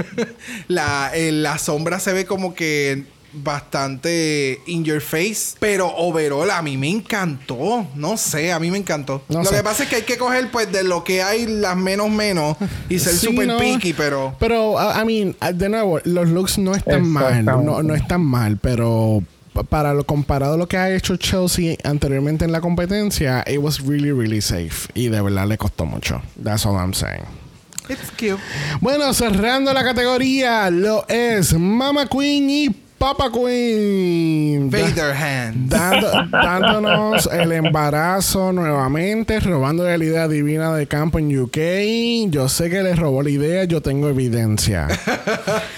[SPEAKER 2] la, eh, la sombra se ve como que bastante in your face, pero overall a mí me encantó. No sé, a mí me encantó.
[SPEAKER 1] No
[SPEAKER 2] lo
[SPEAKER 1] sé.
[SPEAKER 2] que pasa es que hay que coger pues de lo que hay las menos menos y ser
[SPEAKER 1] Sí,
[SPEAKER 2] super
[SPEAKER 1] no.
[SPEAKER 2] picky, pero
[SPEAKER 1] Pero, I I mean, ah, de nuevo, los looks no están mal.
[SPEAKER 3] Exactamente.
[SPEAKER 1] No, no están mal, pero pa- para lo comparado a lo que ha hecho Chelsea anteriormente en la competencia, it was really, really safe. Y de verdad le costó mucho. That's all I'm saying.
[SPEAKER 2] it's cute.
[SPEAKER 1] Bueno, cerrando la categoría, lo es Mama Queen y Papa Queen. Da-
[SPEAKER 2] Vader Hand.
[SPEAKER 1] dando- dándonos el embarazo nuevamente, robando la idea divina de campo en UK. Yo sé que le robó la idea, yo tengo evidencia.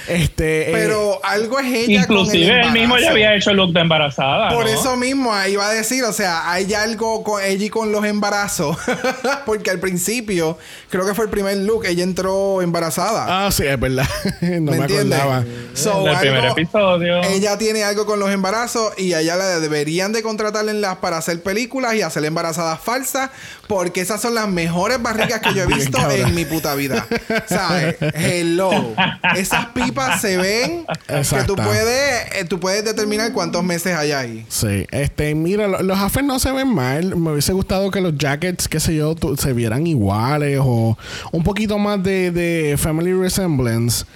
[SPEAKER 1] este, eh,
[SPEAKER 2] Pero algo es ella con
[SPEAKER 3] Inclusive
[SPEAKER 2] el
[SPEAKER 3] él mismo ya
[SPEAKER 2] embarazo.
[SPEAKER 3] había hecho el look de embarazada.
[SPEAKER 2] Por
[SPEAKER 3] ¿no?
[SPEAKER 2] eso mismo ahí iba a decir, o sea, hay algo con ella y con los embarazos. Porque al principio, creo que fue el primer look, ella entró embarazada.
[SPEAKER 1] ah, sí, es verdad. no me,
[SPEAKER 2] ¿Me entiendes?
[SPEAKER 1] acordaba.
[SPEAKER 2] So,
[SPEAKER 3] Del primer
[SPEAKER 2] algo-
[SPEAKER 3] episodio.
[SPEAKER 2] Ella tiene algo con los embarazos y a ella la deberían de contratar en las para hacer películas y hacer embarazadas falsas porque esas son las mejores barrigas que yo he visto
[SPEAKER 1] cabrón.
[SPEAKER 2] en mi puta vida. ¿Sabes? Hello. Esas pipas se ven que
[SPEAKER 1] Exacto.
[SPEAKER 2] tú puedes, eh, tú puedes determinar cuántos meses hay ahí.
[SPEAKER 1] Sí, este, mira, lo- los afers no se ven mal. Me hubiese gustado que los jackets, qué sé yo, tu- se vieran iguales o un poquito más de, de family resemblance.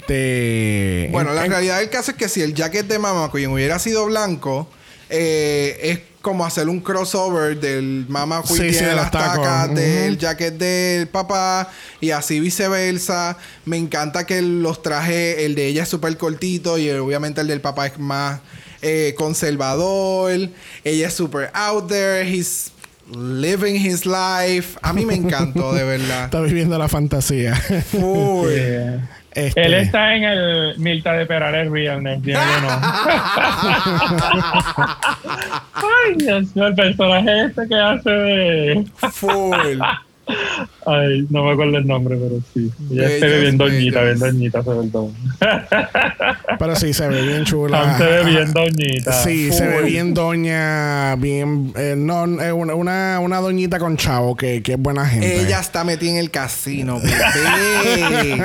[SPEAKER 1] Este.
[SPEAKER 2] Bueno,
[SPEAKER 1] en-
[SPEAKER 2] la
[SPEAKER 1] en-
[SPEAKER 2] realidad del caso es que si el jacket de Mama Queen hubiera sido blanco, eh, es como hacer un crossover del Mama Queen
[SPEAKER 1] Sí,
[SPEAKER 2] tiene
[SPEAKER 1] sí, de los
[SPEAKER 2] las tacas,
[SPEAKER 1] tacos.
[SPEAKER 2] del
[SPEAKER 1] Ujú.
[SPEAKER 2] jacket del papá y así viceversa. Me encanta que los trajes, el de ella es súper cortito y el- obviamente el del papá es más eh, conservador. Ella es súper out there, he's living his life. A mí me encantó, de verdad.
[SPEAKER 1] Está viviendo la fantasía.
[SPEAKER 2] Full.
[SPEAKER 3] Eh,
[SPEAKER 1] Este,
[SPEAKER 3] Él está en el Milta de Perales Realness, tiene que no. Ay, Dios mío, el personaje este que hace de.
[SPEAKER 2] Full.
[SPEAKER 3] Ay, no me acuerdo el nombre, pero sí. Ya
[SPEAKER 2] Bellos,
[SPEAKER 3] estoy bien doñita,
[SPEAKER 2] bellos.
[SPEAKER 3] bien doñita, se ve
[SPEAKER 1] Pero sí, se ve bien chula.
[SPEAKER 3] Se ve bien doñita.
[SPEAKER 1] Sí, se ve
[SPEAKER 2] Full.
[SPEAKER 1] bien doña, bien. eh, no, eh, una- una, una doñita con chavo que, que es buena gente.
[SPEAKER 2] Ella está metida en el casino, bebé.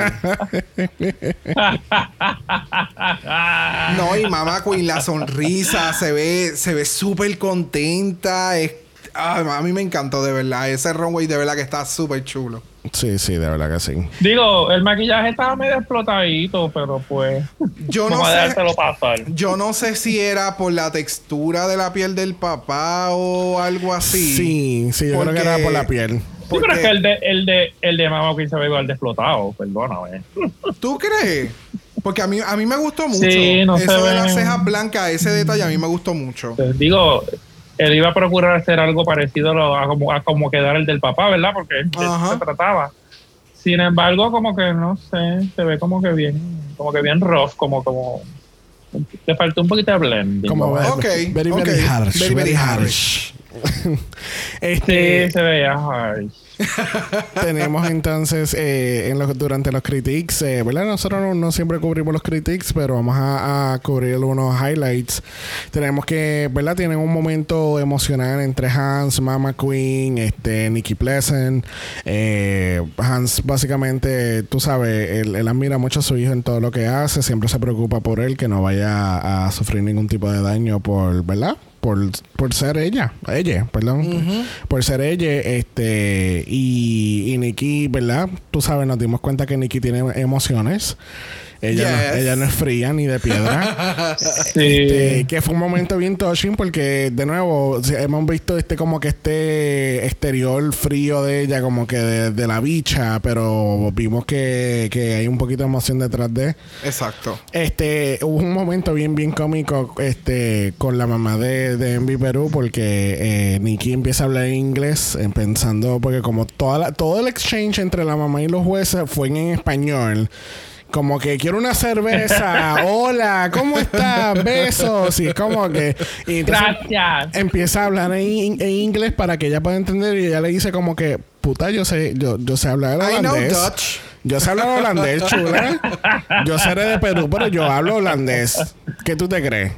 [SPEAKER 2] No, y mamá Queen, la sonrisa, se ve, se ve súper contenta. es- ay, a mí me encantó, de verdad. Ese runway, de verdad, que está súper chulo.
[SPEAKER 1] Sí, sí, de verdad que sí.
[SPEAKER 3] Digo, el maquillaje estaba medio explotadito, pero pues.
[SPEAKER 2] Yo no
[SPEAKER 3] vamos a
[SPEAKER 2] sé...
[SPEAKER 3] dejárselo pasar.
[SPEAKER 2] Yo no sé si era por la textura de la piel del papá o algo así.
[SPEAKER 1] Sí, sí, yo creo
[SPEAKER 2] Porque-
[SPEAKER 1] que era por la piel.
[SPEAKER 3] Sí, pero es
[SPEAKER 2] Porque-
[SPEAKER 3] que el de, el de, el de Mamá Queen se ve igual de explotado, perdóname.
[SPEAKER 2] ¿Tú crees? Porque a mí, a mí me gustó mucho.
[SPEAKER 3] Sí, no
[SPEAKER 2] Eso
[SPEAKER 3] se
[SPEAKER 2] de las
[SPEAKER 3] ven.
[SPEAKER 2] cejas blancas, ese detalle a mí me gustó mucho.
[SPEAKER 3] Entonces, digo, él iba a procurar hacer algo parecido a, lo- a como, a como quedar el del papá, ¿verdad? Porque de eso
[SPEAKER 2] Ajá.
[SPEAKER 3] se trataba. Sin embargo, como que no sé, se ve como que bien, como que bien rough, como, como le faltó un poquito de blending.
[SPEAKER 1] Como
[SPEAKER 3] ¿no?
[SPEAKER 1] ver-
[SPEAKER 2] Ok,
[SPEAKER 1] very, very
[SPEAKER 2] ok.
[SPEAKER 1] harsh.
[SPEAKER 2] Very, very
[SPEAKER 1] este,
[SPEAKER 3] Sí, se veía harsh.
[SPEAKER 1] tenemos entonces eh, en los, durante los critiques, eh, ¿verdad? Nosotros no, no siempre cubrimos los critiques, pero vamos a, a cubrir algunos highlights. Tenemos que, ¿verdad? Tienen un momento emocional entre Hans, Mama Queen, este, Nicky Pleasant. Eh, Hans básicamente, tú sabes, él, él admira mucho a su hijo en todo lo que hace, siempre se preocupa por él, que no vaya a sufrir ningún tipo de daño por, ¿verdad? por, por ser ella, ella, perdón, por ser ella, este, y, y Nikki, ¿verdad? Tú sabes, nos dimos cuenta que Nikki tiene emociones. Ella, no,
[SPEAKER 2] Yes.
[SPEAKER 1] ella no es fría ni de piedra.
[SPEAKER 3] Sí.
[SPEAKER 1] Este, que fue un momento bien touching porque, de nuevo, si- hemos visto este como que este exterior frío de ella, como que de, de la bicha, pero vimos que, que hay un poquito de emoción detrás de.
[SPEAKER 2] Exacto.
[SPEAKER 1] Este, hubo un momento bien, bien cómico, este, con la mamá de, de Envy Perú, porque eh, Nikki empieza a hablar en inglés, eh, pensando, porque como toda la- todo el exchange entre la mamá y los jueces fue en español. Como que quiero una cerveza, hola, ¿cómo estás? Besos, y es como que. y entonces eh,
[SPEAKER 3] Gracias.
[SPEAKER 1] Empieza a hablar en, in- en inglés para que ella pueda entender, y ella le dice, como que, puta, yo sé, yo, yo sé hablar
[SPEAKER 2] I know
[SPEAKER 1] holandés.
[SPEAKER 2] Dutch.
[SPEAKER 1] Yo sé hablar holandés, chula. Yo seré de Perú, pero yo hablo holandés. ¿Qué tú te crees?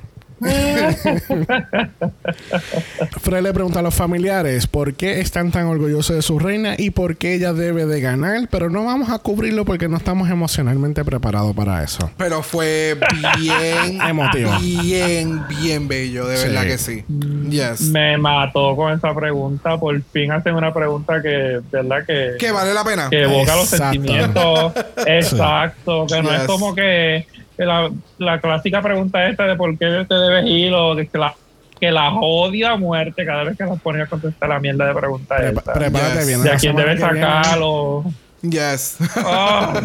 [SPEAKER 1] Fred le pregunta a los familiares por qué están tan orgullosos de su reina y por qué ella debe de ganar, pero no vamos a cubrirlo porque no estamos emocionalmente preparados para eso.
[SPEAKER 2] Pero fue bien
[SPEAKER 1] Emotivo.
[SPEAKER 2] Bien, bien bello, de
[SPEAKER 1] Sí.
[SPEAKER 2] verdad que sí. Yes.
[SPEAKER 3] Me mató con esa pregunta. Por fin hacen una pregunta que, ¿verdad? Que,
[SPEAKER 2] Que vale la pena.
[SPEAKER 3] que evoca los
[SPEAKER 1] Exacto.
[SPEAKER 3] sentimientos. Exacto, que no
[SPEAKER 2] Yes.
[SPEAKER 3] es como que, que la, la clásica pregunta esta de por qué te debes ir o que la, que la odia a muerte cada vez que la ponen a contestar la mierda de pregunta
[SPEAKER 1] Prepa-
[SPEAKER 3] esta.
[SPEAKER 1] prepárate
[SPEAKER 2] Yes.
[SPEAKER 1] bien.
[SPEAKER 3] de
[SPEAKER 1] La
[SPEAKER 3] a quién
[SPEAKER 1] semana
[SPEAKER 3] debes ah,
[SPEAKER 1] que viene
[SPEAKER 3] sacarlo.
[SPEAKER 2] Yes.
[SPEAKER 3] Ah,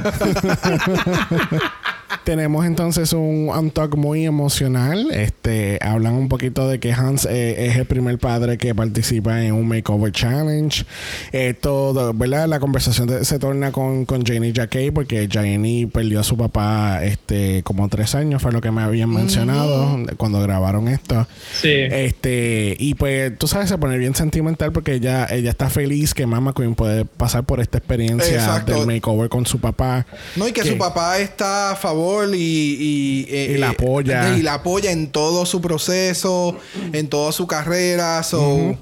[SPEAKER 1] Tenemos entonces un, un talk muy emocional. Este, hablan un poquito de que Hans eh, es el primer padre que participa en un makeover challenge. Eh, todo, ¿verdad? La conversación de- se torna con, con Janie Jacquet porque Janie perdió a su papá este, como tres años, fue lo que me habían mencionado cuando grabaron esto.
[SPEAKER 3] Sí.
[SPEAKER 1] Este, y pues tú sabes, se pone bien sentimental porque ella, ella está feliz que Mama Queen puede pasar por esta experiencia
[SPEAKER 2] Exacto.
[SPEAKER 1] del makeover con su papá.
[SPEAKER 2] No, y que
[SPEAKER 1] ¿Qué?
[SPEAKER 2] su papá está a favor y, y, eh,
[SPEAKER 1] Y la
[SPEAKER 2] eh,
[SPEAKER 1] apoya.
[SPEAKER 2] Y la apoya en todo su proceso, en toda su carrera. So,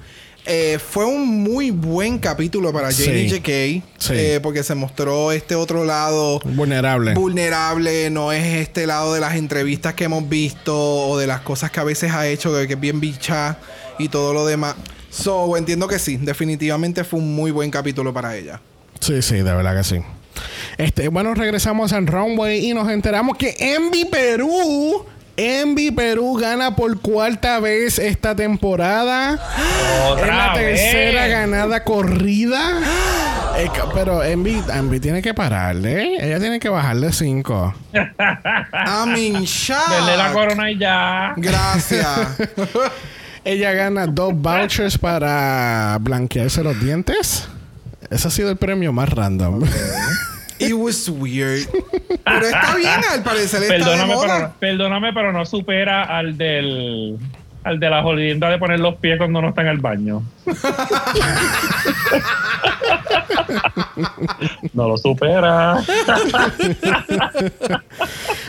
[SPEAKER 2] eh, fue un muy buen capítulo para
[SPEAKER 1] Sí.
[SPEAKER 2] Jenny J.K.
[SPEAKER 1] Sí.
[SPEAKER 2] eh, porque se mostró este otro lado
[SPEAKER 1] Vulnerable.
[SPEAKER 2] vulnerable, no es este lado de las entrevistas que hemos visto o de las cosas que a veces ha hecho, que que es bien bicha y todo lo demás. So, entiendo que sí, definitivamente fue un muy buen capítulo para ella.
[SPEAKER 1] sí, sí, de verdad que sí. Este, bueno, regresamos al Runway y nos enteramos que Envy Perú. Envy Perú gana por cuarta vez esta temporada. Es la
[SPEAKER 3] Otra vez.
[SPEAKER 1] tercera ganada corrida. Eh, ca- pero Envy, Envy tiene que pararle. ¿eh? Ella tiene que bajarle cinco.
[SPEAKER 2] I'm in
[SPEAKER 3] Denle la
[SPEAKER 2] shock.
[SPEAKER 3] corona y ya.
[SPEAKER 2] Gracias.
[SPEAKER 1] Ella gana dos vouchers para blanquearse los dientes. Ese ha sido el premio más random.
[SPEAKER 2] It was weird. Pero está bien, al parecer Pues está
[SPEAKER 3] Perdóname
[SPEAKER 2] de
[SPEAKER 3] pero,
[SPEAKER 2] moda.
[SPEAKER 3] perdóname, pero no supera al del al de la jodienda de poner los pies cuando no está en el baño. no lo supera.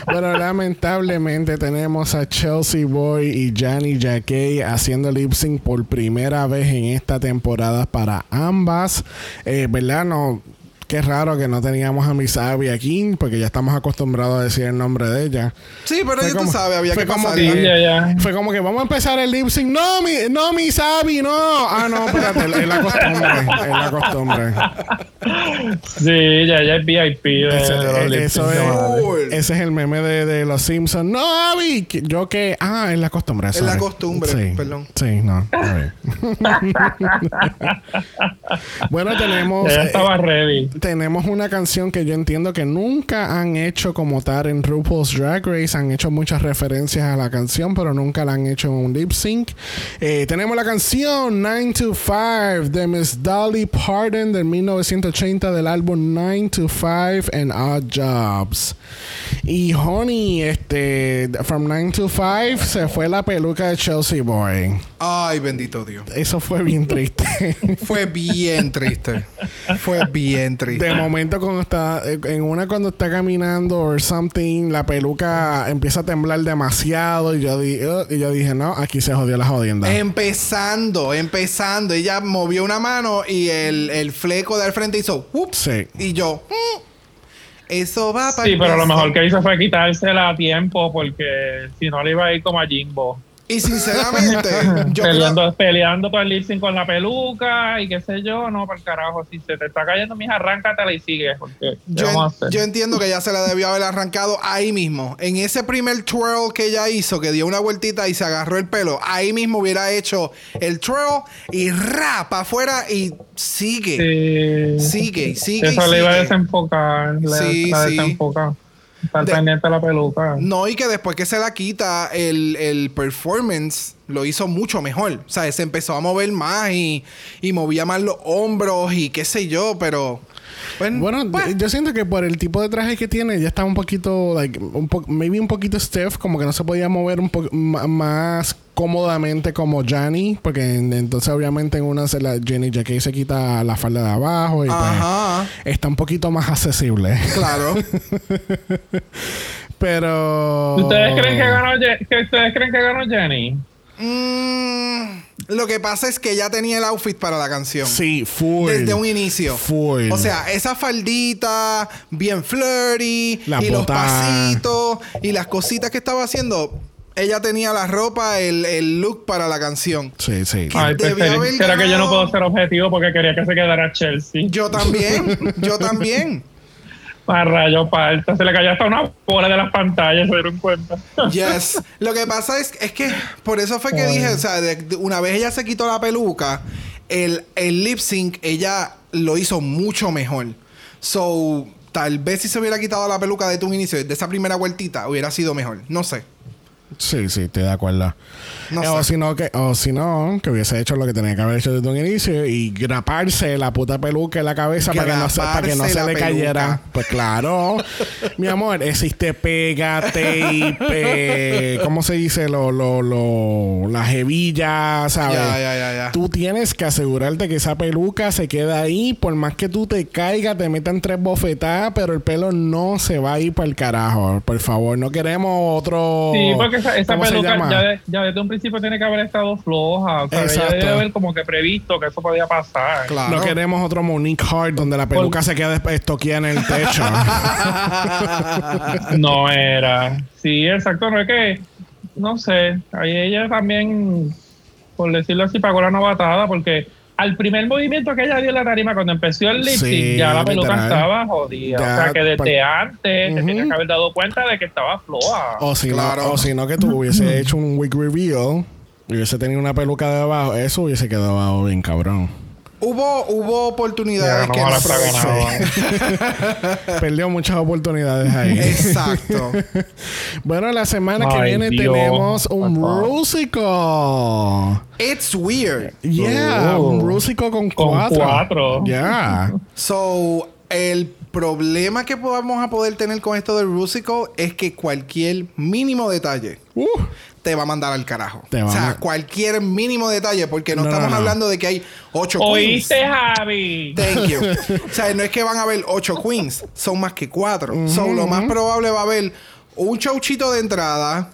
[SPEAKER 1] Pero lamentablemente tenemos a Chelsea Boy y Johnny Jacquet haciendo lip sync por primera vez en esta temporada para ambas. Eh, ¿Verdad? No, qué raro que no teníamos a Miss Abby aquí, porque ya estamos acostumbrados a decir el nombre de ella.
[SPEAKER 2] Sí, pero
[SPEAKER 1] Fue
[SPEAKER 2] ya
[SPEAKER 1] como-
[SPEAKER 2] tú sabes, había
[SPEAKER 1] fue
[SPEAKER 2] que
[SPEAKER 1] como
[SPEAKER 2] pasar.
[SPEAKER 3] Sí, ya, ya.
[SPEAKER 1] Fue como que vamos a empezar el lip sync. No, mi, no, mi Sabi, no. Ah, no, espérate, es la costumbre. Es la costumbre.
[SPEAKER 3] Sí, ya, ya es VIP. de-
[SPEAKER 1] Ese-
[SPEAKER 3] de los
[SPEAKER 1] eh,
[SPEAKER 3] lip
[SPEAKER 1] eso
[SPEAKER 3] sync,
[SPEAKER 1] es-
[SPEAKER 3] madre.
[SPEAKER 2] Cool.
[SPEAKER 1] Ese es el meme de, de los Simpsons. No, Abby. que- Yo que. Ah, es la costumbre.
[SPEAKER 2] Es la costumbre, perdón.
[SPEAKER 1] Sí, no. está bien. bueno, tenemos.
[SPEAKER 3] Ella
[SPEAKER 1] eh,
[SPEAKER 3] estaba ready.
[SPEAKER 1] tenemos una canción que yo entiendo que nunca han hecho como tal en RuPaul's Drag Race. Han hecho muchas referencias a la canción, pero nunca la han hecho en un lip sync. Eh, tenemos la canción 9 to 5 de Miss Dolly Parton del 1980 del álbum 9 to 5 and Odd Jobs. Y Honey, este, from 9 to 5 se fue la peluca de Chelsea Boy.
[SPEAKER 2] Ay, bendito Dios.
[SPEAKER 1] Eso fue bien triste.
[SPEAKER 2] Fue bien triste. Fue bien
[SPEAKER 1] De
[SPEAKER 2] triste.
[SPEAKER 1] momento cuando está eh, en una cuando está caminando or something, la peluca empieza a temblar demasiado y yo di- "Ugh", y yo dije, "No, aquí se jodió la jodienda."
[SPEAKER 2] Em, Empezando, empezando. Ella movió una mano y el, el fleco de al frente hizo "Whoop",
[SPEAKER 1] sí.
[SPEAKER 2] Y yo, "Mm, eso va para
[SPEAKER 3] Sí, pero lo mejor que hizo fue quitársela a tiempo porque si no le iba a ir como a Jimbo.
[SPEAKER 2] Y sinceramente, yo creo-
[SPEAKER 3] peleando, peleando por el lip sync con la peluca y qué sé yo, no, para el carajo, si se te está cayendo, mija, arráncatela y sigue, porque ¿qué
[SPEAKER 2] Yo,
[SPEAKER 3] vamos a hacer?
[SPEAKER 2] en- yo entiendo que ya se la debió haber arrancado ahí mismo. En ese primer twirl que ella hizo, que dio una vueltita y se agarró el pelo, ahí mismo hubiera hecho el twirl y ra para afuera y sigue.
[SPEAKER 3] Sí.
[SPEAKER 2] Sigue, y sigue. y
[SPEAKER 3] Eso le iba a
[SPEAKER 2] sigue.
[SPEAKER 3] desenfocar, le,
[SPEAKER 2] Sí,
[SPEAKER 3] la
[SPEAKER 2] sí.
[SPEAKER 3] desenfoca. Estar
[SPEAKER 2] De-
[SPEAKER 3] pendiente de la peluca.
[SPEAKER 2] No, y que después que se la quita, el, el performance lo hizo mucho mejor. O sea, se empezó a mover más y, y movía más los hombros y qué sé yo, pero. Bueno,
[SPEAKER 1] Bueno, eh,
[SPEAKER 2] pues,
[SPEAKER 1] yo siento que por el tipo de traje que tiene ya está un poquito like un po- maybe un poquito stiff, como que no se podía mover un po- ma- más cómodamente como Johnny, porque en- entonces obviamente en una se la Jenny Jacquet se quita la falda de abajo y pues,
[SPEAKER 2] Ajá.
[SPEAKER 1] está un poquito más accesible.
[SPEAKER 2] Claro.
[SPEAKER 1] Pero
[SPEAKER 3] ¿Ustedes creen que ganó, Ye- que ¿Ustedes creen que ganó Jenny?
[SPEAKER 2] Mm, lo que pasa es que ya tenía el outfit para la canción.
[SPEAKER 1] Sí, full.
[SPEAKER 2] Desde un inicio.
[SPEAKER 1] Full.
[SPEAKER 2] O sea, esa faldita bien flirty
[SPEAKER 1] La
[SPEAKER 2] y los
[SPEAKER 1] botada.
[SPEAKER 2] pasitos y las cositas que estaba haciendo. Ella tenía la ropa, el, el look para la canción.
[SPEAKER 1] Sí, sí.
[SPEAKER 2] Ah.
[SPEAKER 3] Ay, pues,
[SPEAKER 2] Debió haber
[SPEAKER 3] será que yo no
[SPEAKER 2] ganado.
[SPEAKER 3] puedo ser objetivo porque quería que se quedara Chelsea.
[SPEAKER 2] Yo también, yo también.
[SPEAKER 3] Para rayo parta, se le cayó hasta una bola de las pantallas, se dieron cuenta.
[SPEAKER 2] Yes. Lo que pasa es, es que por eso fue que
[SPEAKER 3] Ay.
[SPEAKER 2] dije, o sea, de- de- una vez ella se quitó la peluca, el, el lip sync ella lo hizo mucho mejor. So, Tal vez si se hubiera quitado la peluca de tus inicios, de esa primera vueltita, hubiera sido mejor. No sé.
[SPEAKER 1] Sí, sí, estoy de acuerdo.
[SPEAKER 2] No
[SPEAKER 1] Eh, o
[SPEAKER 2] sé.
[SPEAKER 1] si no, que, o si no, que hubiese hecho lo que tenía que haber hecho desde un inicio y graparse la puta peluca en la cabeza para que no se, para que no
[SPEAKER 2] Graparse
[SPEAKER 1] se
[SPEAKER 2] la
[SPEAKER 1] le
[SPEAKER 2] peluca.
[SPEAKER 1] cayera. Pues claro, mi amor, existe pega, tape, eh, ¿cómo se dice? Lo, lo, lo, la jevilla, ¿sabes?
[SPEAKER 2] Ya, ya, ya, ya.
[SPEAKER 1] Tú tienes que asegurarte que esa peluca se queda ahí, por más que tú te caigas, te metan tres bofetadas, pero el pelo no se va a ir para el carajo. Por favor, no queremos otro.
[SPEAKER 3] Sí, porque esa, esa
[SPEAKER 1] Oh, ¿cómo se
[SPEAKER 3] peluca
[SPEAKER 1] llama?
[SPEAKER 3] ya, de- ya desde un principio tiene que haber estado floja. O sea,
[SPEAKER 1] Exacto.
[SPEAKER 3] ella debe haber como que previsto que eso podía pasar.
[SPEAKER 2] Claro.
[SPEAKER 1] No queremos otro Monique Hart donde la peluca se queda estoqueada en el techo.
[SPEAKER 3] No era. Sí, exacto. No es que, no sé, ahí ella también, por decirlo así, pagó la novatada porque al primer movimiento que ella dio en la tarima cuando empezó el lip
[SPEAKER 1] Sí,
[SPEAKER 3] ya la peluca
[SPEAKER 1] literal.
[SPEAKER 3] estaba jodida.
[SPEAKER 1] Ya,
[SPEAKER 3] o sea, que desde
[SPEAKER 1] pa-
[SPEAKER 3] antes se
[SPEAKER 1] Ujú. Oh,
[SPEAKER 3] tenía que haber dado cuenta de que estaba floja.
[SPEAKER 1] o si
[SPEAKER 2] Claro. Mm.
[SPEAKER 1] no, o si no que tú hubiese hecho un wig reveal y hubiese tenido una peluca de abajo, eso hubiese quedado abajo bien cabrón.
[SPEAKER 2] Hubo, hubo
[SPEAKER 3] Ya,
[SPEAKER 2] oportunidades
[SPEAKER 3] no
[SPEAKER 2] que
[SPEAKER 3] vale
[SPEAKER 2] no
[SPEAKER 3] para
[SPEAKER 2] aprovechó.
[SPEAKER 3] ganar.
[SPEAKER 1] Perdió muchas oportunidades ahí.
[SPEAKER 2] Exacto.
[SPEAKER 1] bueno, la semana que
[SPEAKER 3] Ay,
[SPEAKER 1] viene
[SPEAKER 3] Dios.
[SPEAKER 1] tenemos un
[SPEAKER 3] Por favor.
[SPEAKER 1] Rusico.
[SPEAKER 2] It's weird.
[SPEAKER 1] Yeah,
[SPEAKER 3] Oh.
[SPEAKER 1] un Rusico con
[SPEAKER 3] Con
[SPEAKER 1] cuatro.
[SPEAKER 3] cuatro.
[SPEAKER 1] Yeah.
[SPEAKER 2] So, el problema que vamos a poder tener con esto del Rusico es que cualquier mínimo detalle
[SPEAKER 1] Uh,
[SPEAKER 2] te va a mandar al carajo.
[SPEAKER 1] Te va
[SPEAKER 2] o
[SPEAKER 1] a
[SPEAKER 2] sea,
[SPEAKER 1] ma-
[SPEAKER 2] cualquier mínimo detalle, porque no,
[SPEAKER 1] No,
[SPEAKER 2] estamos
[SPEAKER 1] no, no.
[SPEAKER 2] hablando de que hay ocho queens.
[SPEAKER 3] Oíste, Javi.
[SPEAKER 2] Thank you. o sea, no es que van a haber ocho queens, son más que cuatro. So, lo más probable va a haber un chauchito de entrada,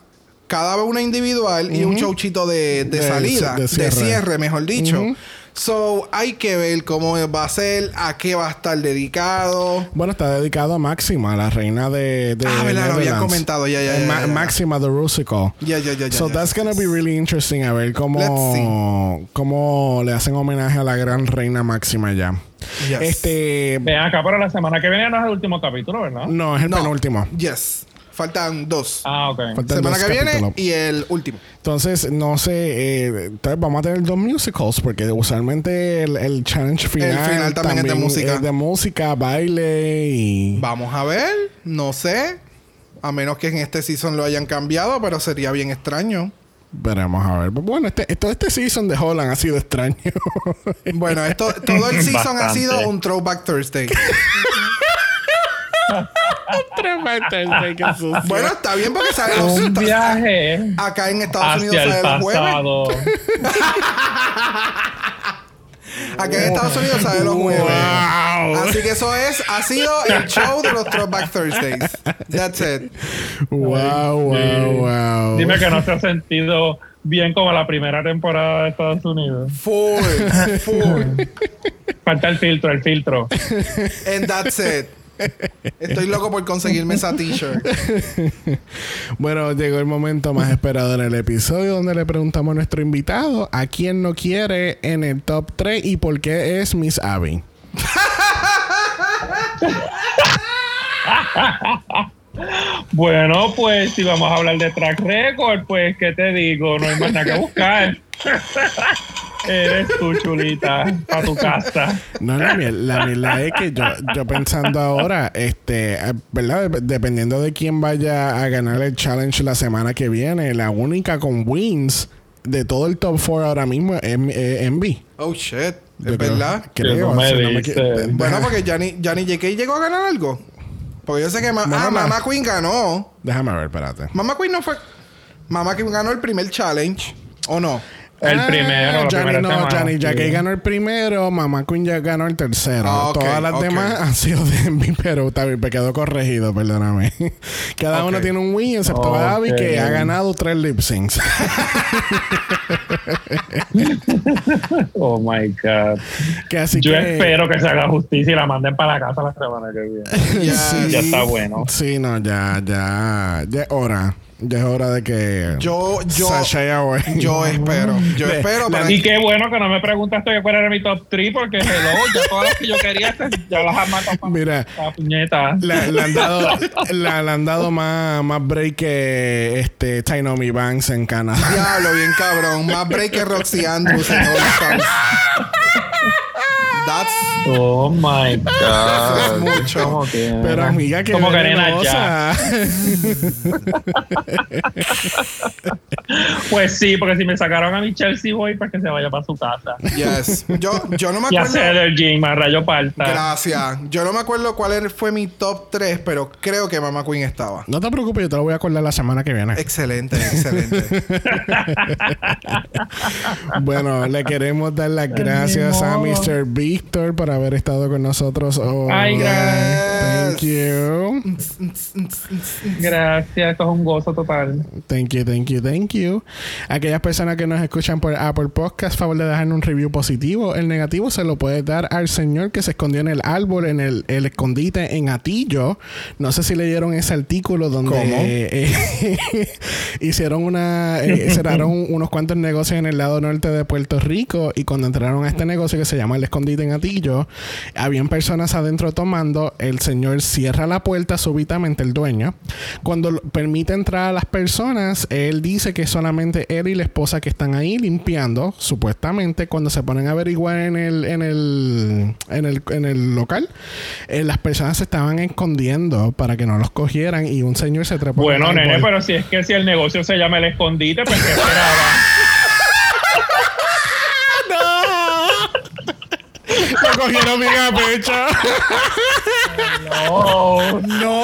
[SPEAKER 2] cada una individual y un chauchito de, de
[SPEAKER 1] De-
[SPEAKER 2] salida,
[SPEAKER 1] de
[SPEAKER 2] de cierre.
[SPEAKER 1] cierre.
[SPEAKER 2] mejor dicho.
[SPEAKER 1] Ujú.
[SPEAKER 2] So, hay que ver cómo va a ser, a qué va a estar dedicado.
[SPEAKER 1] Bueno, está dedicado a Máxima, la reina de. de
[SPEAKER 2] Ah, verdad, lo habían
[SPEAKER 1] Netherlands.
[SPEAKER 2] comentado. Ya, ya,
[SPEAKER 1] Eh,
[SPEAKER 2] ya,
[SPEAKER 1] Ma-
[SPEAKER 2] ya, ya.
[SPEAKER 1] Máxima de Rusico.
[SPEAKER 2] Ya, ya, ya, ya.
[SPEAKER 1] So
[SPEAKER 2] ya.
[SPEAKER 1] that's gonna be really interesting a ver cómo, cómo le hacen homenaje a la gran reina máxima ya.
[SPEAKER 2] Yes.
[SPEAKER 1] Este
[SPEAKER 3] Ven acá, pero la semana que viene no es el último capítulo, ¿verdad?
[SPEAKER 1] no es el
[SPEAKER 2] No.
[SPEAKER 1] penúltimo.
[SPEAKER 2] Yes. Faltan dos.
[SPEAKER 3] Ah, ok.
[SPEAKER 1] Faltan
[SPEAKER 2] Semana
[SPEAKER 1] dos
[SPEAKER 2] que viene
[SPEAKER 1] capítulos.
[SPEAKER 2] y el último.
[SPEAKER 1] Entonces, no sé, eh, tal vez vamos a tener dos musicals, porque usualmente el, el challenge final,
[SPEAKER 2] final también es de música.
[SPEAKER 1] de música, baile y
[SPEAKER 2] Vamos a ver, no sé. A menos que en este season lo hayan cambiado, pero sería bien extraño.
[SPEAKER 1] veremos a ver. Bueno, este, todo este season de Holland ha sido extraño.
[SPEAKER 2] Bueno, esto, todo el season ha
[SPEAKER 3] Bastante.
[SPEAKER 2] sido un Throwback Thursday. Bueno, está bien porque sale los
[SPEAKER 3] Un viaje
[SPEAKER 2] Acá en Estados Unidos
[SPEAKER 3] hacia
[SPEAKER 2] sale
[SPEAKER 3] el
[SPEAKER 2] los jueves.
[SPEAKER 3] pasado.
[SPEAKER 2] Acá en Estados Unidos sale los jueves.
[SPEAKER 1] wow.
[SPEAKER 2] Así que eso es, ha sido el show de los Throwback Thursdays. That's it.
[SPEAKER 1] wow, wow, wow.
[SPEAKER 3] Dime que no se ha sentido bien como la primera temporada de Estados Unidos.
[SPEAKER 2] Full, full.
[SPEAKER 3] Falta el filtro, el filtro.
[SPEAKER 2] And that's it. Estoy loco por conseguirme esa t-shirt.
[SPEAKER 1] Bueno, llegó el momento más esperado en el episodio donde le preguntamos a nuestro invitado a quién no quiere en el top 3 y por qué es Miss Abby.
[SPEAKER 3] Bueno, pues si vamos a hablar de track record, pues qué te digo, no hay más nada que buscar. Eres tú, chulita, a tu casa.
[SPEAKER 1] No, la miel- la mierda es que yo, yo pensando ahora, este, eh, ¿verdad? Dep- Dependiendo de quién vaya a ganar el challenge la semana que viene, la única con wins de todo el top 4 ahora mismo es mi- eh, Envy.
[SPEAKER 2] Oh shit.
[SPEAKER 1] Yo
[SPEAKER 2] Es verdad.
[SPEAKER 1] Creo,
[SPEAKER 3] Que no me
[SPEAKER 1] si no me
[SPEAKER 3] dice.
[SPEAKER 1] equi-
[SPEAKER 2] Bueno, porque Johnny, Johnny JK llegó a ganar algo. Porque yo sé que ma-
[SPEAKER 1] No,
[SPEAKER 2] ah,
[SPEAKER 1] no, no.
[SPEAKER 2] Mama Queen ganó.
[SPEAKER 1] Déjame ver, espérate.
[SPEAKER 2] Mama Queen no fue. Mama Queen ganó el primer challenge. ¿O no?
[SPEAKER 3] El
[SPEAKER 1] Ah,
[SPEAKER 3] primero, la
[SPEAKER 1] Johnny,
[SPEAKER 3] primera
[SPEAKER 1] no,
[SPEAKER 3] semana.
[SPEAKER 1] Johnny Jackie
[SPEAKER 3] Sí.
[SPEAKER 1] ganó el primero, Mamá Queen ya ganó el tercero.
[SPEAKER 2] Ah, ok,
[SPEAKER 1] Todas las
[SPEAKER 2] ok.
[SPEAKER 1] demás han sido de mí, pero también me quedó corregido, perdóname. Cada
[SPEAKER 2] Ok.
[SPEAKER 1] uno tiene un win, excepto
[SPEAKER 3] Ok.
[SPEAKER 1] Abby, que ha ganado tres lip syncs.
[SPEAKER 3] Oh my God.
[SPEAKER 1] que así
[SPEAKER 3] Yo
[SPEAKER 1] que.
[SPEAKER 3] espero que se haga justicia y la manden para la casa la semana que viene.
[SPEAKER 2] Yes.
[SPEAKER 3] Ya está bueno.
[SPEAKER 1] Ah, Sí, no, ya, ya. Ya es hora. Ya es hora de que.
[SPEAKER 2] Yo, yo,
[SPEAKER 1] Sasha Away.
[SPEAKER 2] yo espero. Yo espero para
[SPEAKER 3] Y qué bueno que no me preguntaste que cuál era mi top 3 porque hello, ya todas las que yo quería ya las han matado pa-
[SPEAKER 1] Mira.
[SPEAKER 3] pa' puñeta.
[SPEAKER 1] Le, le han dado, le, le han dado más, más break que este, Tainomi Banks en Canadá.
[SPEAKER 2] Diablo, bien cabrón. Más break que Roxy Andrews en All Stars. That's
[SPEAKER 3] Oh my Ah,
[SPEAKER 2] es
[SPEAKER 4] God.
[SPEAKER 2] mucho.
[SPEAKER 3] Como que,
[SPEAKER 1] Pero amiga, que
[SPEAKER 3] Como Karina ya.
[SPEAKER 1] venenosa.
[SPEAKER 3] Pues sí, porque si me sacaron a mi Chelsea Boy, pues que se vaya para su casa.
[SPEAKER 2] Yes. Yo, yo no me
[SPEAKER 3] Y a
[SPEAKER 2] acuerdo.
[SPEAKER 3] Cedar Jim, a Rayo Parta.
[SPEAKER 2] Gracias. Yo no me acuerdo cuál era- fue mi top 3, pero creo que Mama Queen estaba.
[SPEAKER 1] No te preocupes, yo te lo voy a acordar la semana que viene.
[SPEAKER 2] Excelente, excelente.
[SPEAKER 1] Bueno, le queremos dar las gracias a
[SPEAKER 3] modo.
[SPEAKER 1] Mr. Víctor por haber estado con nosotros hoy.
[SPEAKER 3] Ay,
[SPEAKER 1] Thank
[SPEAKER 2] gracias.
[SPEAKER 1] you.
[SPEAKER 3] Gracias, esto es un gozo total.
[SPEAKER 1] Thank you, thank you, thank you. Aquellas personas que nos escuchan por Apple Podcast, favor de dejar un review positivo. El negativo se lo puede dar al señor que se escondió en el árbol, en el, el escondite en Atillo. No sé si leyeron ese artículo donde
[SPEAKER 2] ¿Cómo?
[SPEAKER 1] eh, eh, hicieron una. eh, cerraron unos cuantos negocios en el lado norte de Puerto Rico y cuando entraron a este negocio que se llama El Escondite en Atillo, habían personas adentro tomando. El señor cierra la puerta súbitamente, el dueño. Cuando lo- permite entrar a las personas, él dice que solamente él y la esposa que están ahí limpiando, supuestamente. Cuando se ponen a averiguar en el, en el, en el, en el local, eh, las personas se estaban escondiendo para que no los cogieran y un señor se trepó.
[SPEAKER 3] Bueno,
[SPEAKER 1] en el
[SPEAKER 3] nene,
[SPEAKER 1] árbol.
[SPEAKER 3] pero si es que si el negocio se llama el escondite, pues que esperaba.
[SPEAKER 1] Lo cogieron bien a pecho.
[SPEAKER 3] No.
[SPEAKER 2] ¡No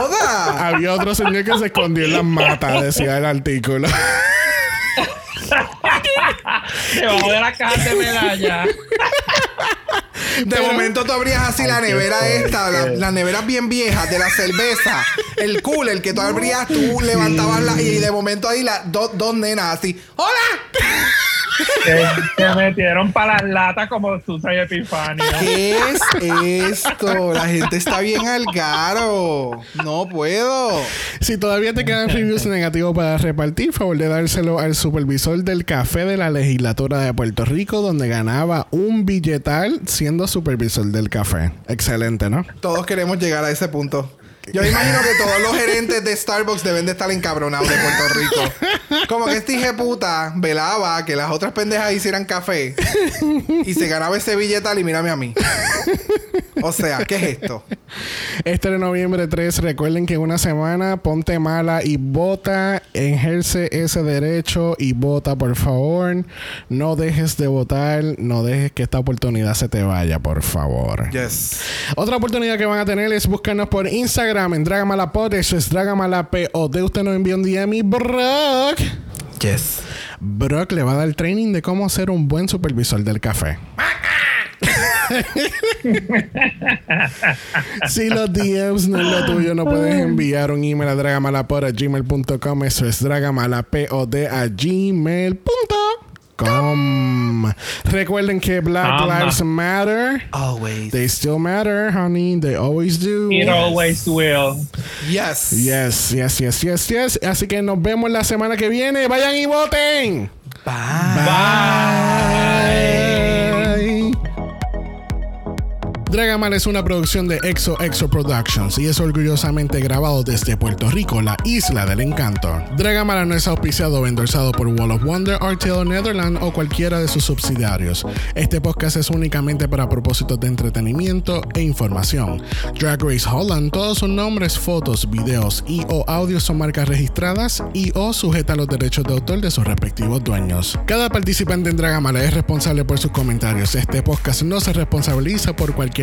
[SPEAKER 2] joda!
[SPEAKER 1] Había otro señor que se escondió en las matas, decía el artículo.
[SPEAKER 3] Debajo de la caja de medalla.
[SPEAKER 2] De momento tú abrías así la nevera esta, la, la nevera bien vieja de la cerveza, el cooler que tú abrías, tú levantabas la y de momento ahí las dos- dos nenas así, ¡Hola!
[SPEAKER 3] Se, se metieron para las latas como Susa y Epifanio.
[SPEAKER 2] ¿Qué es esto? La gente está bien al garo. No puedo.
[SPEAKER 1] Si todavía te quedan reviews negativos para repartir, favor de dárselo al supervisor del café de la legislatura de Puerto Rico, donde ganaba un billetal siendo supervisor del café. Excelente, ¿no?
[SPEAKER 2] Todos queremos llegar a ese punto. Yo imagino que todos los gerentes de Starbucks deben de estar encabronados de Puerto Rico. Como que este hijo puta velaba que las otras pendejas hicieran café y se ganaba ese billetal y mírame a mí. O sea, ¿qué es esto?
[SPEAKER 1] Este de noviembre 3, recuerden que en una semana ponte mala y vota, ejerce ese derecho y vota, por favor. No dejes de votar, no dejes que esta oportunidad se te vaya, por favor.
[SPEAKER 2] Yes.
[SPEAKER 1] Otra oportunidad que van a tener es buscarnos por Instagram en Dragamalapod, eso es Dragamalapod. Usted nos envió un DM y Brock.
[SPEAKER 2] Yes.
[SPEAKER 1] Brock le va a dar training de cómo ser un buen supervisor del café. si los DMs no es lo tuyo, no puedes enviar un email a dragamalapod a gmail.com. Eso es dragamalapod a gmail.com. Recuerden que Black
[SPEAKER 3] Ama.
[SPEAKER 1] Lives Matter.
[SPEAKER 2] Always.
[SPEAKER 1] They still matter, honey. They always do.
[SPEAKER 3] It always will.
[SPEAKER 2] Yes.
[SPEAKER 1] Yes, yes, yes, yes, yes. Así que nos vemos la semana que viene. Vayan y voten. Bye. Dragamal es una producción de Exo Exo Productions y es orgullosamente grabado desde Puerto Rico, la isla del encanto. Dragamala no es auspiciado o endorsado por Wall of Wonder, RTL Netherlands o cualquiera de sus subsidiarios. Este podcast es únicamente para propósitos de entretenimiento e información. Drag Race Holland, todos sus nombres, fotos, videos y o audios son marcas registradas y o sujeta a los derechos de autor de sus respectivos dueños. Cada participante en Dragamala es responsable por sus comentarios. Este podcast no se responsabiliza por cualquier